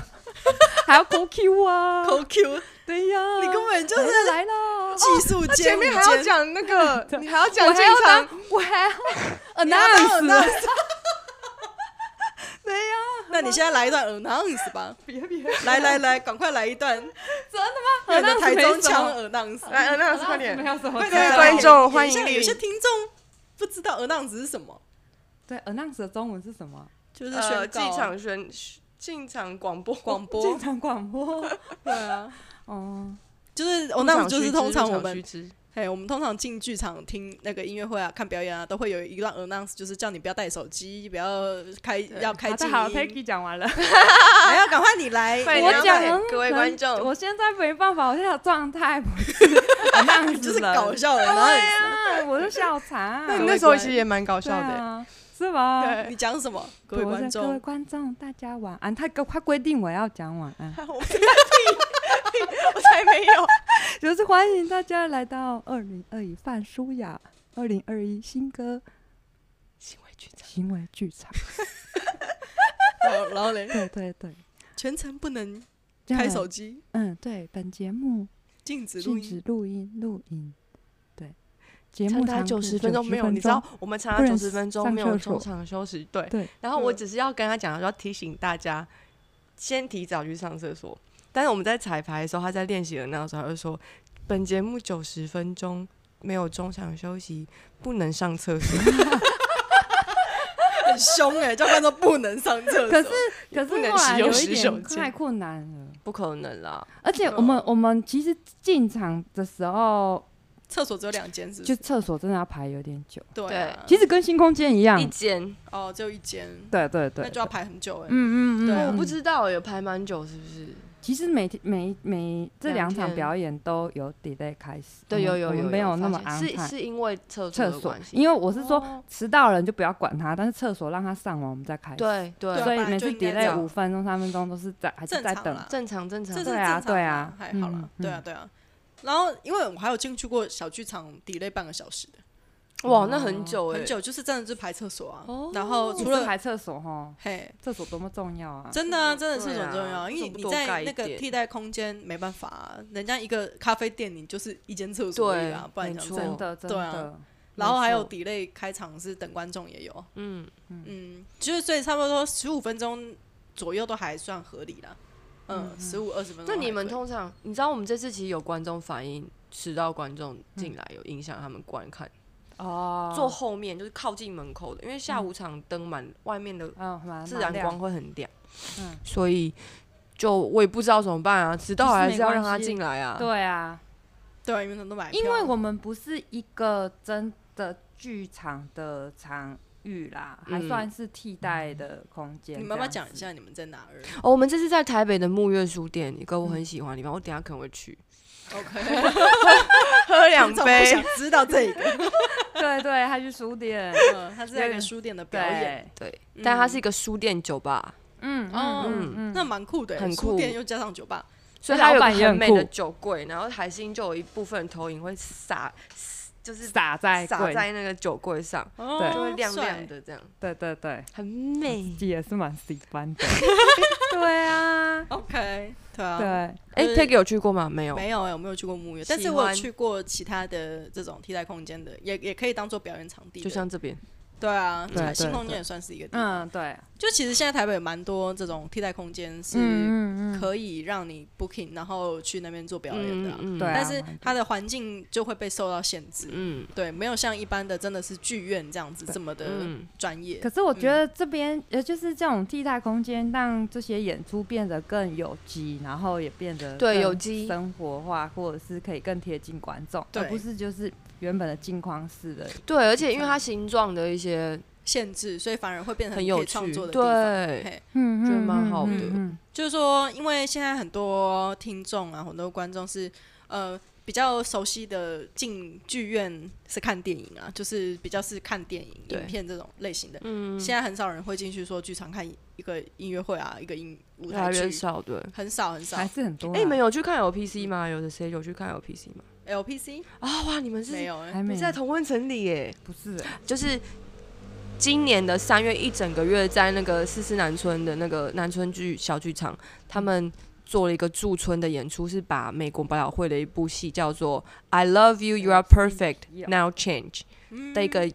还要 call Q 啊，抠 Q，对呀、你根本就来是了来了，技术哦他尖， 前面还舞要尖讲那个，你还要我讲还进要当，场我还 要你要当 announce，announce 对呀、啊那你现在来一段 announce 吧，别别，来来来，赶快来一 段，真的吗？的 announce 台中没什腔么 announce，来，那老师快 点没，有什么快各位点观来众演欢一下迎有些你听众不知道 announce 是什么，对 announce 的中文是什么？就是呃，宣进告啊场宣进场广播广播进，场广播。对啊，哦， 就是 announce 就是通常我们，啊嘿，我们通常进剧场听那个音乐会啊、看表演啊，都会有一段 announce，就是叫你不要带手机，不要开要开好静的，音，啊好，Peggy 讲完了。还要赶快你来，快你点要我讲快了各位观众我现在没办法，我现在的状态不是 announce 就是了 搞笑人对啊，呀，我是笑场啊。那你你那那时时候候其其实实也蛮搞对笑的，欸啊，是吗？对你讲什么？各位我观是各位众，观众，大家晚安。他跟他规定我要讲晚安， 我才没有。就是欢迎大家来到二零二一范舒雅二零二一新歌行为举止行为剧 场。然后然后嘞，对对对，全程不能这样开手机，嗯，对，本节目禁止录音禁止。录音录影。对，节长目达长九度十分钟没有， 90你知道我们长达不九能十分钟上没有厕中所场 休息，对。对然后我嗯只是要跟他讲，要提醒大家，先提早去上厕所。但是我们在彩排的时候，他在练习的那时候，他就说，本节目九十分钟没有中场休息，不能上 厕所，很凶哎、教官说不能上厕所。 可是可不是能后使来用有洗一手点间太困难了，不可能啦。而且我们我们其实进场的时候，厕所只有两间，是不？就是厕所真的要排有点久，对啊、其实跟新空间一样一，间，哦，只有一间，对对那对，就要排很久哎、嗯嗯对嗯，我不嗯知道有排蛮久是不是？其实每天每每这两两场天表演都有 delay 开始，对，我们有有我们有，没有有那么发安现是排是因为厕所厕的所关，系，因为为我是说哦迟到的人就不要管他，但是厕所让他上完，我们再开始。对对啊所以本来每就次应该这 delay 样五分钟、三分钟都是在还是正在常等，啦，正常正常这是，对正啊常对啦啊还好啦嗯，对啊对啊。然后，因为我还有进去过小剧场，delay 半个小时的，哇，那哦很久哎，很久，就是真的是排厕所啊。哦然后除除了了排厕所哈，嘿，厕所多么重要啊！真的啊，厕真所的厕所很重对啊要，因为为什么你不多盖在一那个点替代空间没办法啊，人家一个咖啡店你就是一间厕所而已啊对，不然你没想错怎样真的真对啊的，然后还有没错 delay 开场是等观众也有，嗯，嗯，就是所以差不多十五分钟左右都还算合理啦。嗯，十五二十分钟还可那以。你们通常，你知道我们这次其实有观众反映，迟到观众进来有影响他们观看，哦，坐后面就是靠近门口的，因为下午场灯满，外面的嗯，蛮自然蛮光亮会很亮，嗯所以就我也不知道怎么办啊，迟到其实还没是要让关他系进来啊。对啊，对啊，因为他们都买票，因为我们不是一个真的剧场的场域啦，还嗯算是替代的空嗯间。你们要不要这样讲一子？下你们在哪儿哦，我们这次在台北的木月书店，一个我很喜欢的地方，我等一下可能会去？OK， 喝两总不杯。想知道这 个。对对，他去书店，嗯，他是在一个书店的 表演，对，对嗯，但它是一个书店酒吧，嗯哦嗯嗯那嗯，蛮酷的欸，很书酷店又加上酒吧，所以它有老一个板也很很美的酷酒柜，然后海星就有一部分投影会洒，就是撒在洒柜在那个酒柜上，哦就会亮帅亮的这样，对对对，很美。这也是蛮喜欢的。 对啊，哦 OK，对啊。对，就哎是，Peggy 有去过吗？没有，没有哎、我没有去过木月，但是喜我有欢去过其他的这种替代空间的，也也可以当做表演场地的。就像这边，对啊，对对新空对间也算是一个地方。嗯对，就其实现在台北有蛮多这种替代空间是嗯嗯嗯，可以让你 booking，然后去那边做表演的啊、嗯对啊但是它的环境就会被受到限制，嗯对，没有像一般的真的是剧院这样子这么的嗯，专业可。是我觉得这边呃，就是这种替代空间，让这些演出变得更有机，然后也变得对更有机生活化，或者是可以更贴近观众，对而不是就是原本的镜框式的。对，而且因为它形状的一些限制，所以反而会变成很你可有以创趣作，的地方。对，嘿嗯觉得蛮好的嗯就是说，因为现在很多听众啊，很多观众是呃比较熟悉的进剧院是看电影啊，就是比较是看电影、对影片这种类型的。嗯，现在很少人会进去说剧场看一个音乐会啊，一个音舞越来台越剧，少，对。很少很少还。是很多啦。哎，你们有去看 LPC 吗？有的谁有去看 LPC 吗？ LPC 啊，哇，你们没是有、欸，还没你在同温层里耶，不是欸就是今年的三月一整个月，在那个四四南村的那个南村剧小剧场，他们做了一个驻村的演出，是把美国百老汇的一部戏叫做《I Love You, You Are Perfect, Now Change》的一嗯个。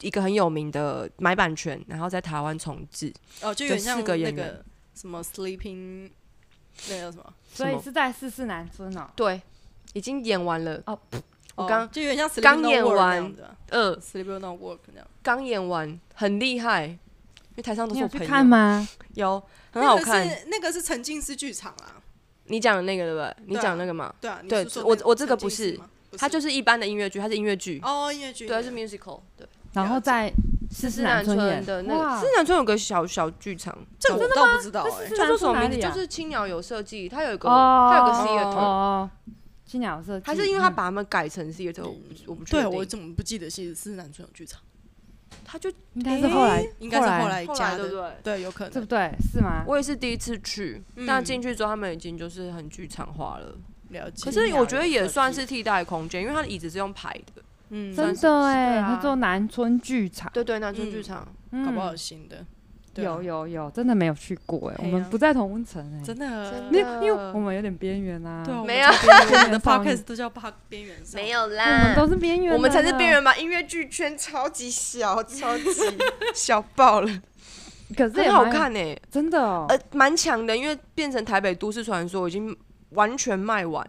一个很有名的买版权，然后在台湾重置，哦，就有点这像四个那演个员什么 Sleeping，那叫什么？所以什么是在四四南村哦。对，已经演完了。哦我哦刚就有点像 Sleeping 刚 No 演 Work 那完样子啊呃， ，Sleeping No Work 那样。刚演完，很厉害，因为台上都你是有我去朋友。看吗？有很那好个看。是那个是沉浸式剧场啊，你讲的那个对不对？你讲那个嘛，对啊，你对是说我那我这个沉不浸式是吗，它就是一般的音乐剧，它是音乐剧，哦音乐剧，对，它是 musical。对，然后在四是四南南村演的那个，哇是南村有个小小剧场，这我倒不知道这哎是，欸叫做什么南村哪名字？里啊就是青鸟有设计，它有一个，哦，它有个哦哦 theater，、嗯哦，青鸟社还是因为它把它们改成 theater，我不我不确对定。我怎么不记得是是南村有剧场，它就应该是后来，应该是后后来后加来对不的，对？对，有可对不能。对？是吗？我也是第一次去，嗯但进去之后他们已经就是很剧场化了。了解，可是我觉得也算青鸟有设计是替代空间，因为它的椅子是用排的。嗯，真的算是对哎，啊他做南村剧场，对对，南村嗯剧场。嗯搞不好有新的，对啊有有有，真的没有去过哎，我嘿们呀不在同温层哎，真的啊真因的为因为我们有点边缘啊，对啊，我们没有这边我们 的少女 podcast 都叫 p 边缘少女，有我们都是边缘，我们才是边。缘吧？音乐剧圈超级小，超 级小爆了，可是也很好蛮，看欸呢、真的哦。呃，蛮强的，因为变成台北都市传说已经完全卖完。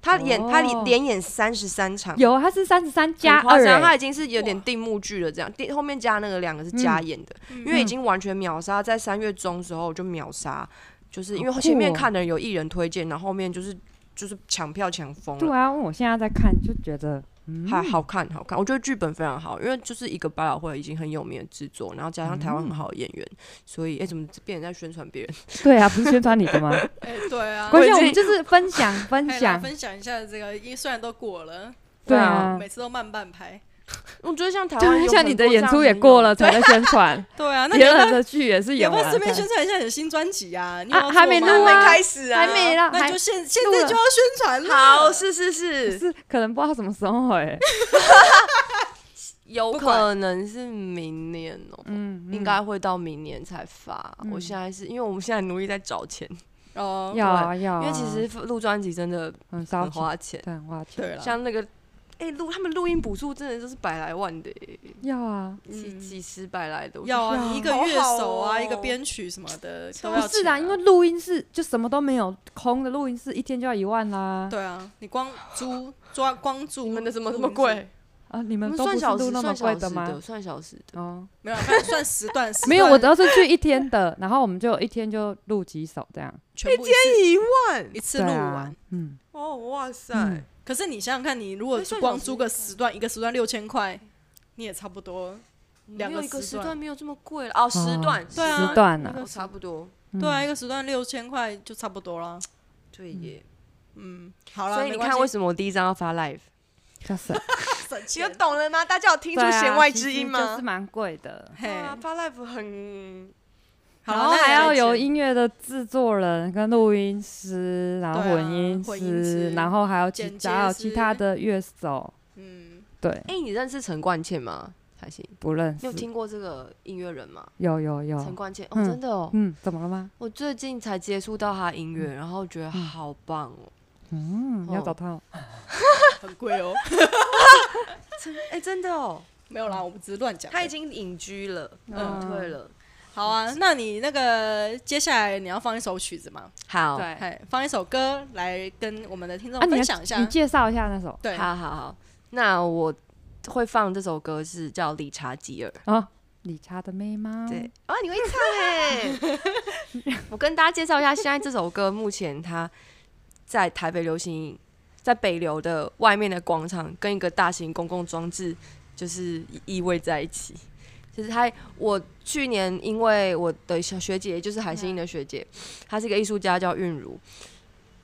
他演、他哦连演三十三场，有，啊它是三十三加很夸二张，啊他哎，已经是有点定目剧了，这样第后面加那个两个是加演的，嗯因为已经完全秒杀，在三月中时候就秒杀，就是因好酷为前面哦看的人有艺人推荐，然后后面就是就是抢票抢疯了对。啊，我现在在看就觉得，嗯，还好看，好看。我觉得剧本非常好，因为就是一个百老汇已经很有名的制作，然后加嗯上台湾很好的演员，所以哎、诶怎么变成在宣传别人？ 对啊，不是宣传你的吗？哎，对啊，关键我已我经们就是分享分可以哎来享，分享一下这个，因为虽然都过了，对啊啊，每次都慢半拍，我觉得像台湾就有像你很的多演这样出很也有过了，才在宣传，对啊，那你别要不人要的剧也是啊也演不要完顺便了宣才，传一下你的新专辑啊？你有啊要还做没吗录还啊没开始啊，还没啦，那还就现现录在了就要宣传了。好，是是不是，是可能不知道什么时候哎，有不管可能是明年哦、嗯，应该会到明年才发。嗯我现在是因为我们现在努力在找钱，哦，要啊要啊，因为其实录专辑真的很烧很钱，花钱，对，很花钱，对了，像那个哎录、他们录音补助真的就是百来万的、欸，要啊，几嗯几十百来的，我要啊，要你一个好乐好手啊，哦一个编曲什么的都不要啊是钱啊啊啦，因为录音室就什么都没有，空的录音室一天就要一万啦，对啊，你光租抓光租你们的怎么这录么音室贵？？啊，你我们们都不嗯算是小录时那么算贵的小时吗的，？算小时的。哦。 没有，反正算时段，时没有，我段主要是去一天的，然后我们就一天就录几首这样，全部一次一万一次对录啊完。，嗯，哦，哇塞嗯可是你想想看，你如果那算光小时啊租个时段，一个时段六千块，你也差不多。两没有个一个时时段段没有这么贵了哦，时段对啊时段啊哦差不多，嗯对啊，一个时段六千块就差不多了。对耶。嗯，好了，所以你没关看，系为什么我第一张要发 live？叫什么？省你们钱，懂了吗？大家有听出对啊弦外其之实音就是吗？蛮贵的，嘿，啊发 live 好很然啦后那还要来有剪音乐的制作人跟录音师，然后对啊混音混音师师，然后还有其剪接还有其师他的乐手，嗯，对，哎，你认识陈冠茜吗？还行，不认你有识，听过这个音乐人吗？有有陈有，冠茜哦，嗯真的哦，嗯，怎么了吗？我最近才接触到他音乐，然后觉得好棒哦。嗯，你要哦找他哦，很贵哦。哎，真的哦，没有啦，我们只是乱讲的。他已经隐居了，嗯隐退了。好啊，那你那个接下来你要放一首曲子吗？好，对，哎，放一首歌来跟我们的听众啊，你分要享一下。你介绍一下那首对，好好好，那我会放这首歌是叫《理查吉尔》。啊，理查的妹吗？对，，啊，你会唱哎、我跟大家介绍一下，现在这首歌目前它在台北流行，在北流的外面的广场跟一个大型公共装置就是依偎在一起，其实还我去年因为我的小学姐，就是韩星英的学姐，她是一个艺术家，叫韵如。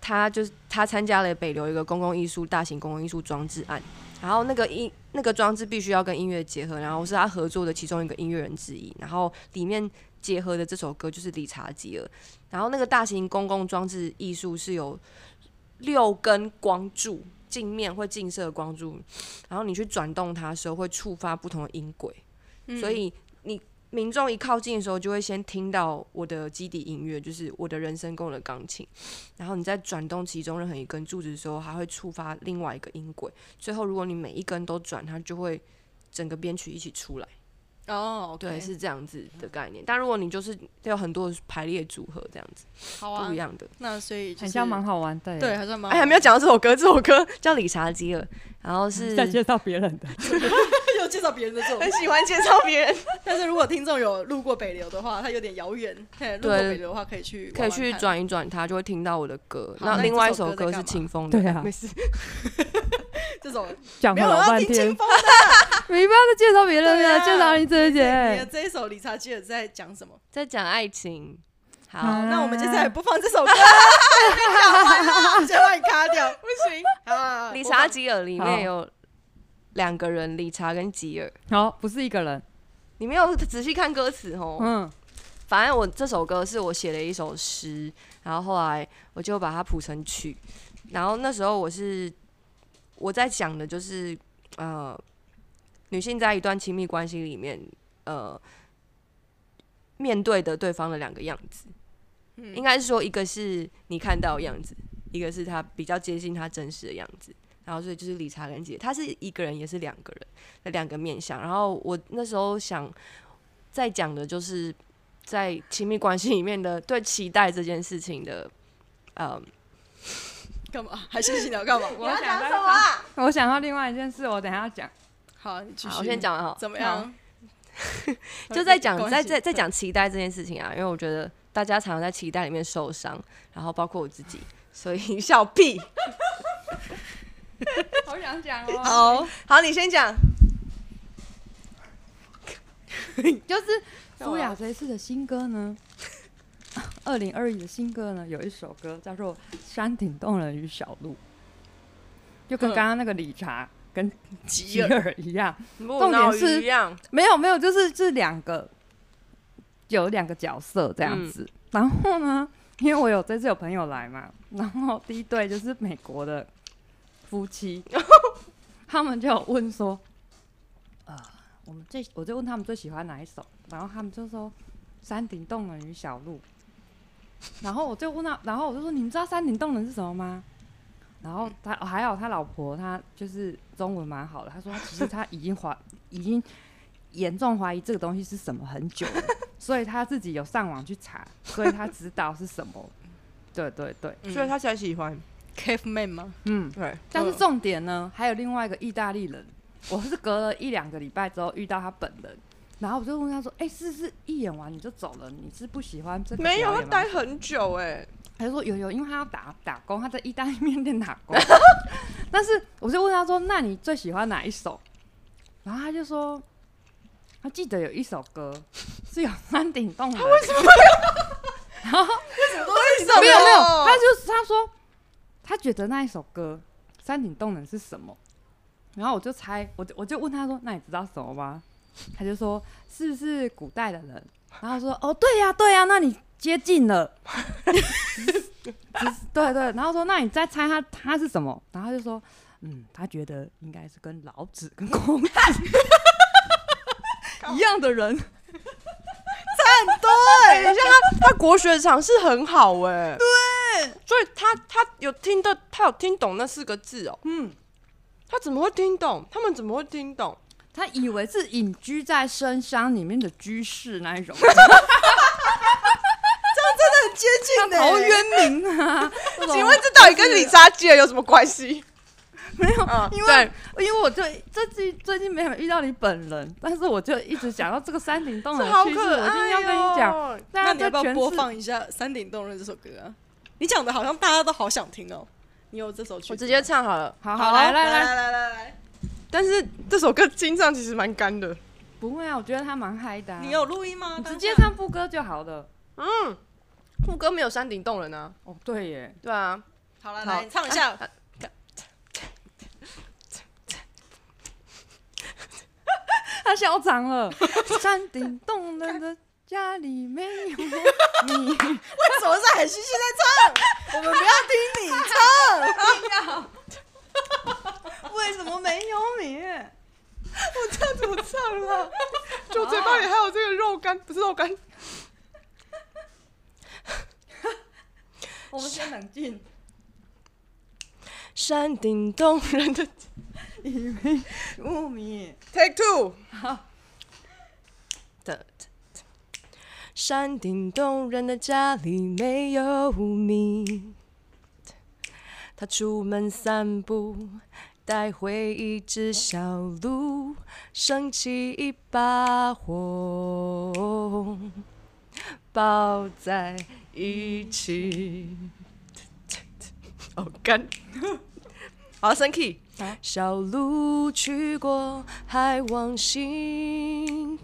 她就是她参加了北流一个公共艺术大型公共艺术装置案，然后那个音那个装置必须要跟音乐结合，然后是她合作的其中一个音乐人之一，然后里面结合的这首歌就是理查吉尔，然后那个大型公共装置艺术是有六根光柱，镜面会近射光柱，然后你去转动它的时候会触发不同的音轨，嗯所以你民众一靠近的时候，就会先听到我的基底音乐，就是我的人声跟我的钢琴，然后你在转动其中任何一根柱子的时候，还会触发另外一个音轨，最后如果你每一根都转，它就会整个编曲一起出来。哦，对，是这样子的概念。但如果你就是有很多排列组合这样子，好啊不一，样的。那所以就是很像蛮好玩的耶。对，还算蛮哎，还没 有讲到这首歌，这首歌叫理查基尔，然后嗯是在介绍别人的，有介绍别人的这种很喜欢介绍别人。 但是如果听众有路过北流的话，它有点遥远。嘿，路过对北流的话，可以去可以去玩玩看。转一转它，就会听到我的歌。好那那另这外一首首歌在歌是干嘛清风的，对啊没事，这种讲没了有老要半听天清，风没办法介绍别人对啊了，介绍林哲的。你的姐。这一首理查基尔在讲什么？在讲爱情。好，啊那我们接下来不放这 首歌，啊先把你卡掉，不行啊！理查吉尔里好面有两个人，理查跟吉尔。好，不是一个人，你没有仔细看歌词哦。嗯，反正我这首歌是我写了一首诗，然后后来我就把它谱成曲。然后那时候我是我在讲的就是呃，女性在一段亲密关系里面呃面对的对方的两个样子。应该是说，一个是你看到的样子，一个是他比较接近他真实的样子。然后所以就是理查跟姐，他是一个人也是两个人的两个面相。然后我那时候想再讲的就是在亲密关系里面的对期待这件事情的，嗯，干嘛？还是你要 干嘛？我想到啊？我想到另外一件事，我等一下 要讲。好，啊你继续。好，我先，讲完哈，怎么样？ 就在讲恭在喜在在讲期待这件事情啊，因为我觉得大家常常在期待里面受伤，然后包括我自己，所以笑屁。好想讲 哦。好好，你先讲，就是干嘛 苏雅这一次的新歌呢，二零二一的新歌呢，有一首歌叫做《山顶洞人与小鹿》，就跟嗯刚刚那个理查跟吉吉尔，尔一样，重点是一样，没有没有，就是这两个有两个角色这样子。然后呢，因为我有这次有朋友来嘛，然后第一对就是美国的夫妻，他们就有问说，呃，我们最我就问他们最喜欢哪一首，然后他们就说《山顶洞人与小鹿》。然后我就问他，然后我就说：“你们知道山顶洞人是什么吗？”然后他、哦还好，他老婆她就是中文蛮好的，她说她其实她已经怀已经严重怀疑这个东西是什么很久了，所以他自己有上网去查，所以他知道是什么。对对对，嗯他才喜欢。 caveman 吗？嗯。对，但是重点呢，还有另外一个意大利人，我是隔了一两个礼拜之后遇到他本人，然后我就问他说：“哎、是不是一演完你就走了？你是不喜欢这个表演吗？”很久哎，他就说有有，因为他要打打工，他在意大利面店打 工。但是我就问他说：“那你最喜欢哪一首？”然后他就说：“他记得有一首歌是有山顶洞人。”他为什么？然后为没有没有，他就他说他觉得那一首歌《山顶洞人》是什么，然后我就猜，我就我就问他说：“那你知道什么吗？”他就说：“是不是古代的人？”然后说：“哦，对呀、对呀、那你接近了。只是”对对，然后说：“那你再猜他他是什么？”然后他就说：“嗯，他觉得应该是跟老子跟孔子 一样的人。”对，等一下他他国学常识很好哎，对，所以他他有听得他有听懂那四个字哦，嗯，他怎么会听懂？他们怎么会听懂？他以为是隐居在深山里面的居士那一种。 很接近的。陶渊明啊，这种请问这到底跟理查基尔有什么关系？没有？嗯，因对为因为我就最近最近没有遇到你本人，但是我就一直想到这个山顶洞 这人好的趣事，可我一定爱要跟你讲。哦。大哦那家你要不在要全播世放一下《山顶洞人》这首歌啊？你讲的好像大家都好想听哦。你有这首曲子吗？我直接唱好了，好好来来啊来来，来来来，但是这首歌清唱其实蛮干的，不会啊，我觉得他蛮嗨的、啊。你有录音吗？你直当接下唱副歌就好了。副歌没有山顶洞人啊，哦，对耶，对啊，好了，好来你唱一下。 他嚣张了。山顶洞人的家里没 有你，为什么是很虚现在唱？我们不要听你唱。 为什么没有你？我唱了， 就嘴巴里还有这个肉干，不是肉干，我们先冷静。山顶洞人的五米， Take Two 的。山顶洞人的家里没有你，他出门散步，带回一只小鹿，升起一把火，抱在一起。哦，干，好，生气。小鹿去过海王星，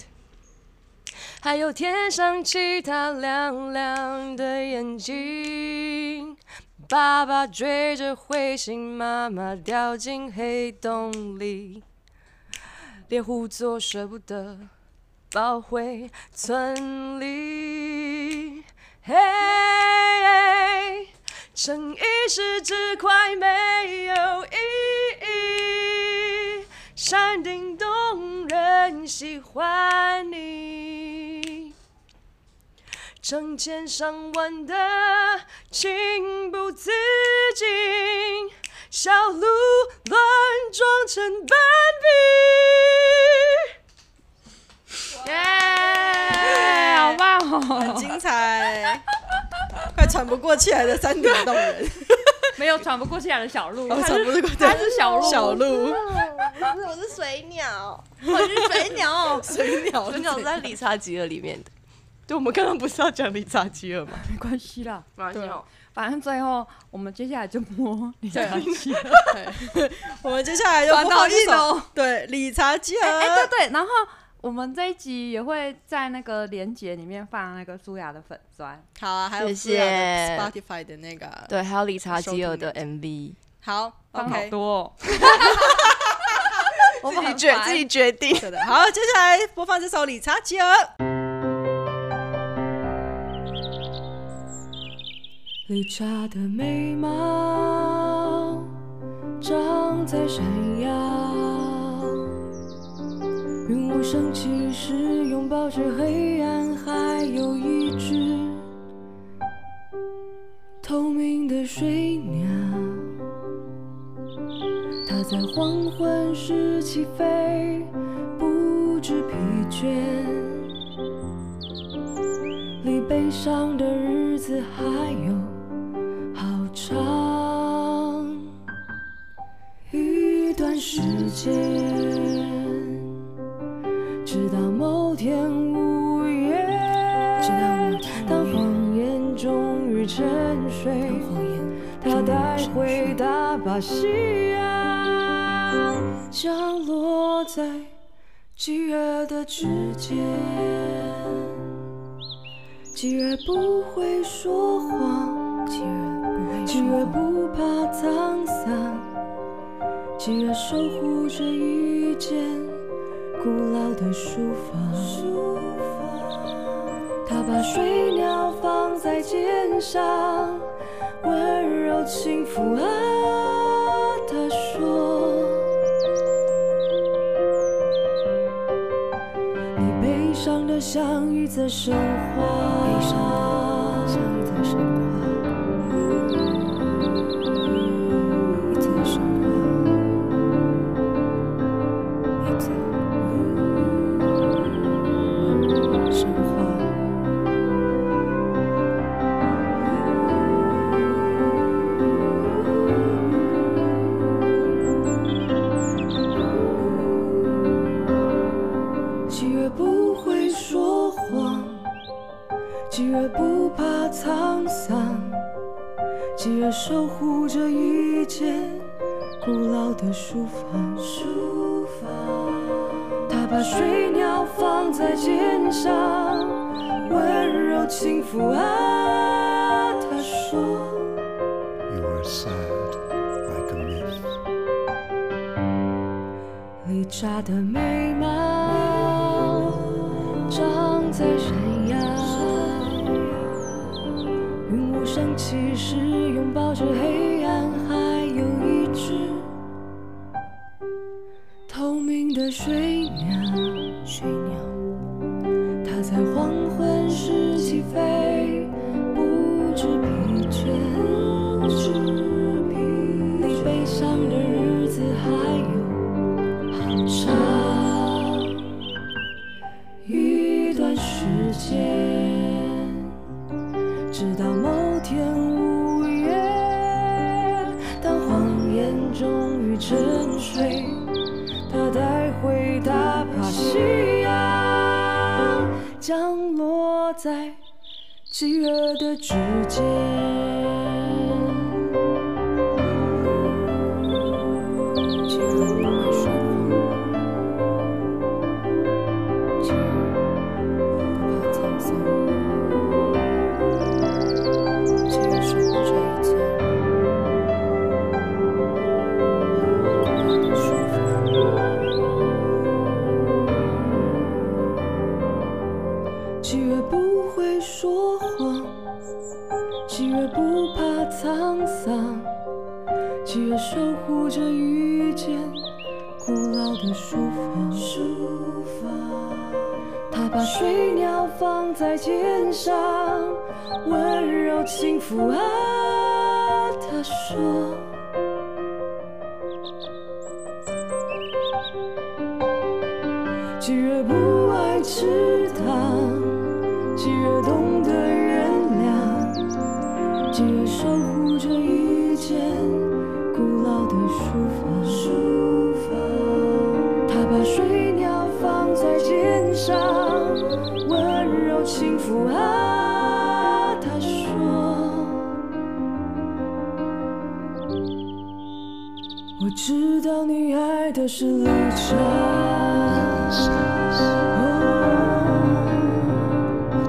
还有天上其他亮亮的眼睛。爸爸追着彗星，妈妈掉进黑洞里，猎户座舍不得抱回村里。嘿、逞一时之快没有意义，山顶洞人喜欢你，成千上万的情不自禁，小鹿乱撞成斑比。哎，好耶！棒哦！很精彩，快喘不过气来的山顶洞 人， 没有喘不过气来的小鹿，我他喘是不过气他来。是小鹿，小鹿，我是水鸟，我是水鸟。 水鸟，水鸟是在理查吉尔里面的。对，我们刚刚不是要讲理查吉尔吗？没关系啦，啊马系哦哦，反正最后我们接下来就摸你的对气。 我们接下来就播放一转到一首对理查基哎、 哎对尔，对，然后我们这一集也会在那个连接里面放那个苏雅的粉砖。好啊，还有谢谢 Spotify 的那个，对，还有理查吉尔的收 MV，好放好，OK，多、哦，我们自己很决烦自己决定。对的，啊好，接下来播放这首理查基尔，理查的眉毛长在山腰，云雾升起时拥抱着黑暗，还有一只透明的水鸟，它在黄昏时起飞，不知疲倦。离悲伤的日子还有好长一段时间，直到某天午夜，当谎言终于沉睡，他带回大把夕阳，降落在七月的指尖。七月不会说谎，七月不会七月不怕沧桑，七月守护着一间古老的书房。他把水鸟放在肩上，温柔轻抚啊。他说，你悲伤的像一则神话，悲伤的像一则神话，一则神话，一则神话。七月不会说谎，七月不怕沧桑，七月守护着一间古老的书房。书房，它把水鸟放在肩上，温柔轻抚啊，他说。 You are sad like a myth. 你眨的眉毛长在山崖，云雾升起时拥抱着黑暗，还有一只透明的水鸟，水鸟，它在黄昏时起飞，不知疲倦，不知疲倦。你悲伤的日子还有。好长一段时间，直到某天午夜，当谎言终于沉睡，它带回大帕西亚，啊降落在饥饿的指尖。既然不会说谎，既然不怕沧桑，既然生活这一天，我不怕你说谎。既然不会说谎，既然不怕沧桑。既然守护着遇见古老的书房，书房，他把水鸟放在肩上，温柔轻抚啊，他说。既然不爱吃糖，既然懂得原谅，既然守护着一间古老的书房，书房，他把水鸟放在肩上，温柔轻抚啊，他说，我知道你爱的是绿茶。哦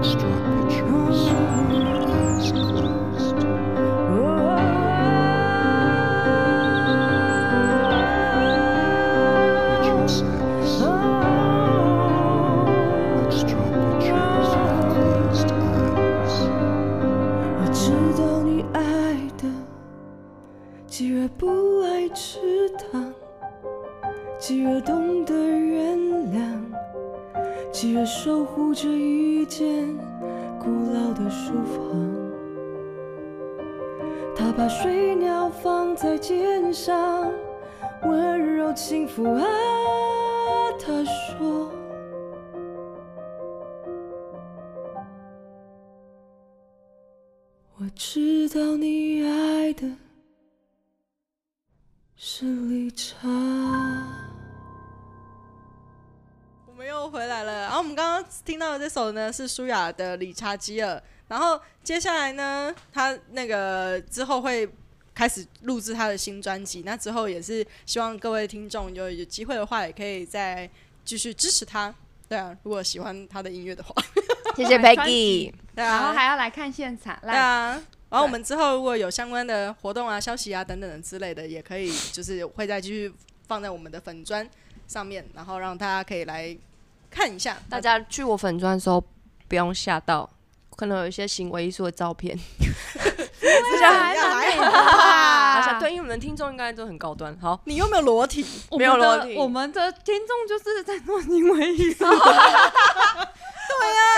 Let's draw pictures with our eyes closed. 哦 Picture six. Let's draw pictures with closed eyes. 我知道你爱的，既然不爱吃糖，既然懂得原谅，既然守护着一间古老的书房，他把水鸟放在肩上，温柔轻抚啊，他说。我知道你爱的是绿茶。我们又回来了，然后我们刚刚听到的这首呢是舒雅的《理查基尔》，然后接下来呢，他那个之后会开始录制他的新专辑，那之后也是希望各位听众就有机会的话，也可以再继续支持他。对啊，如果喜欢他的音乐的话，谢谢买专辑 Peggy。对然后啊，还要来看现场，对来啊。然后我们之后如果有相关的活动啊、消息啊等等的之类的，也可以就是会再继续放在我们的粉砖上面，然后让大家可以来看一下。大家去我粉钻的时候，不用吓到，可能有一些行为艺术的照片。这样还蛮 美的吧而且对，因为我们的听众应该都很高端。好，你有没有裸体？我没有们裸的体我们的听众就是在做行为艺术，搞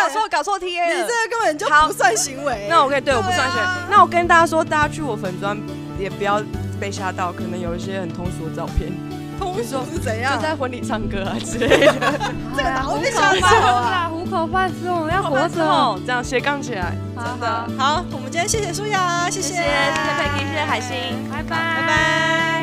错搞错 T A 你这个根本就不算行为。那我可以对我不算选。对啊那我跟大家说，大家去我粉砖也不要被吓到，可能有一些很通俗的照片，通俗是怎就样？在婚礼唱歌啊之类的。 这个打我被虎口吓饭吃到了。啦，虎口饭吃，我们要 活之着，哦后这样斜杠起来，好真的。好，好，我们今天谢谢舒雅，谢谢，谢谢谢谢佩奇，谢谢海星，拜拜，拜。拜。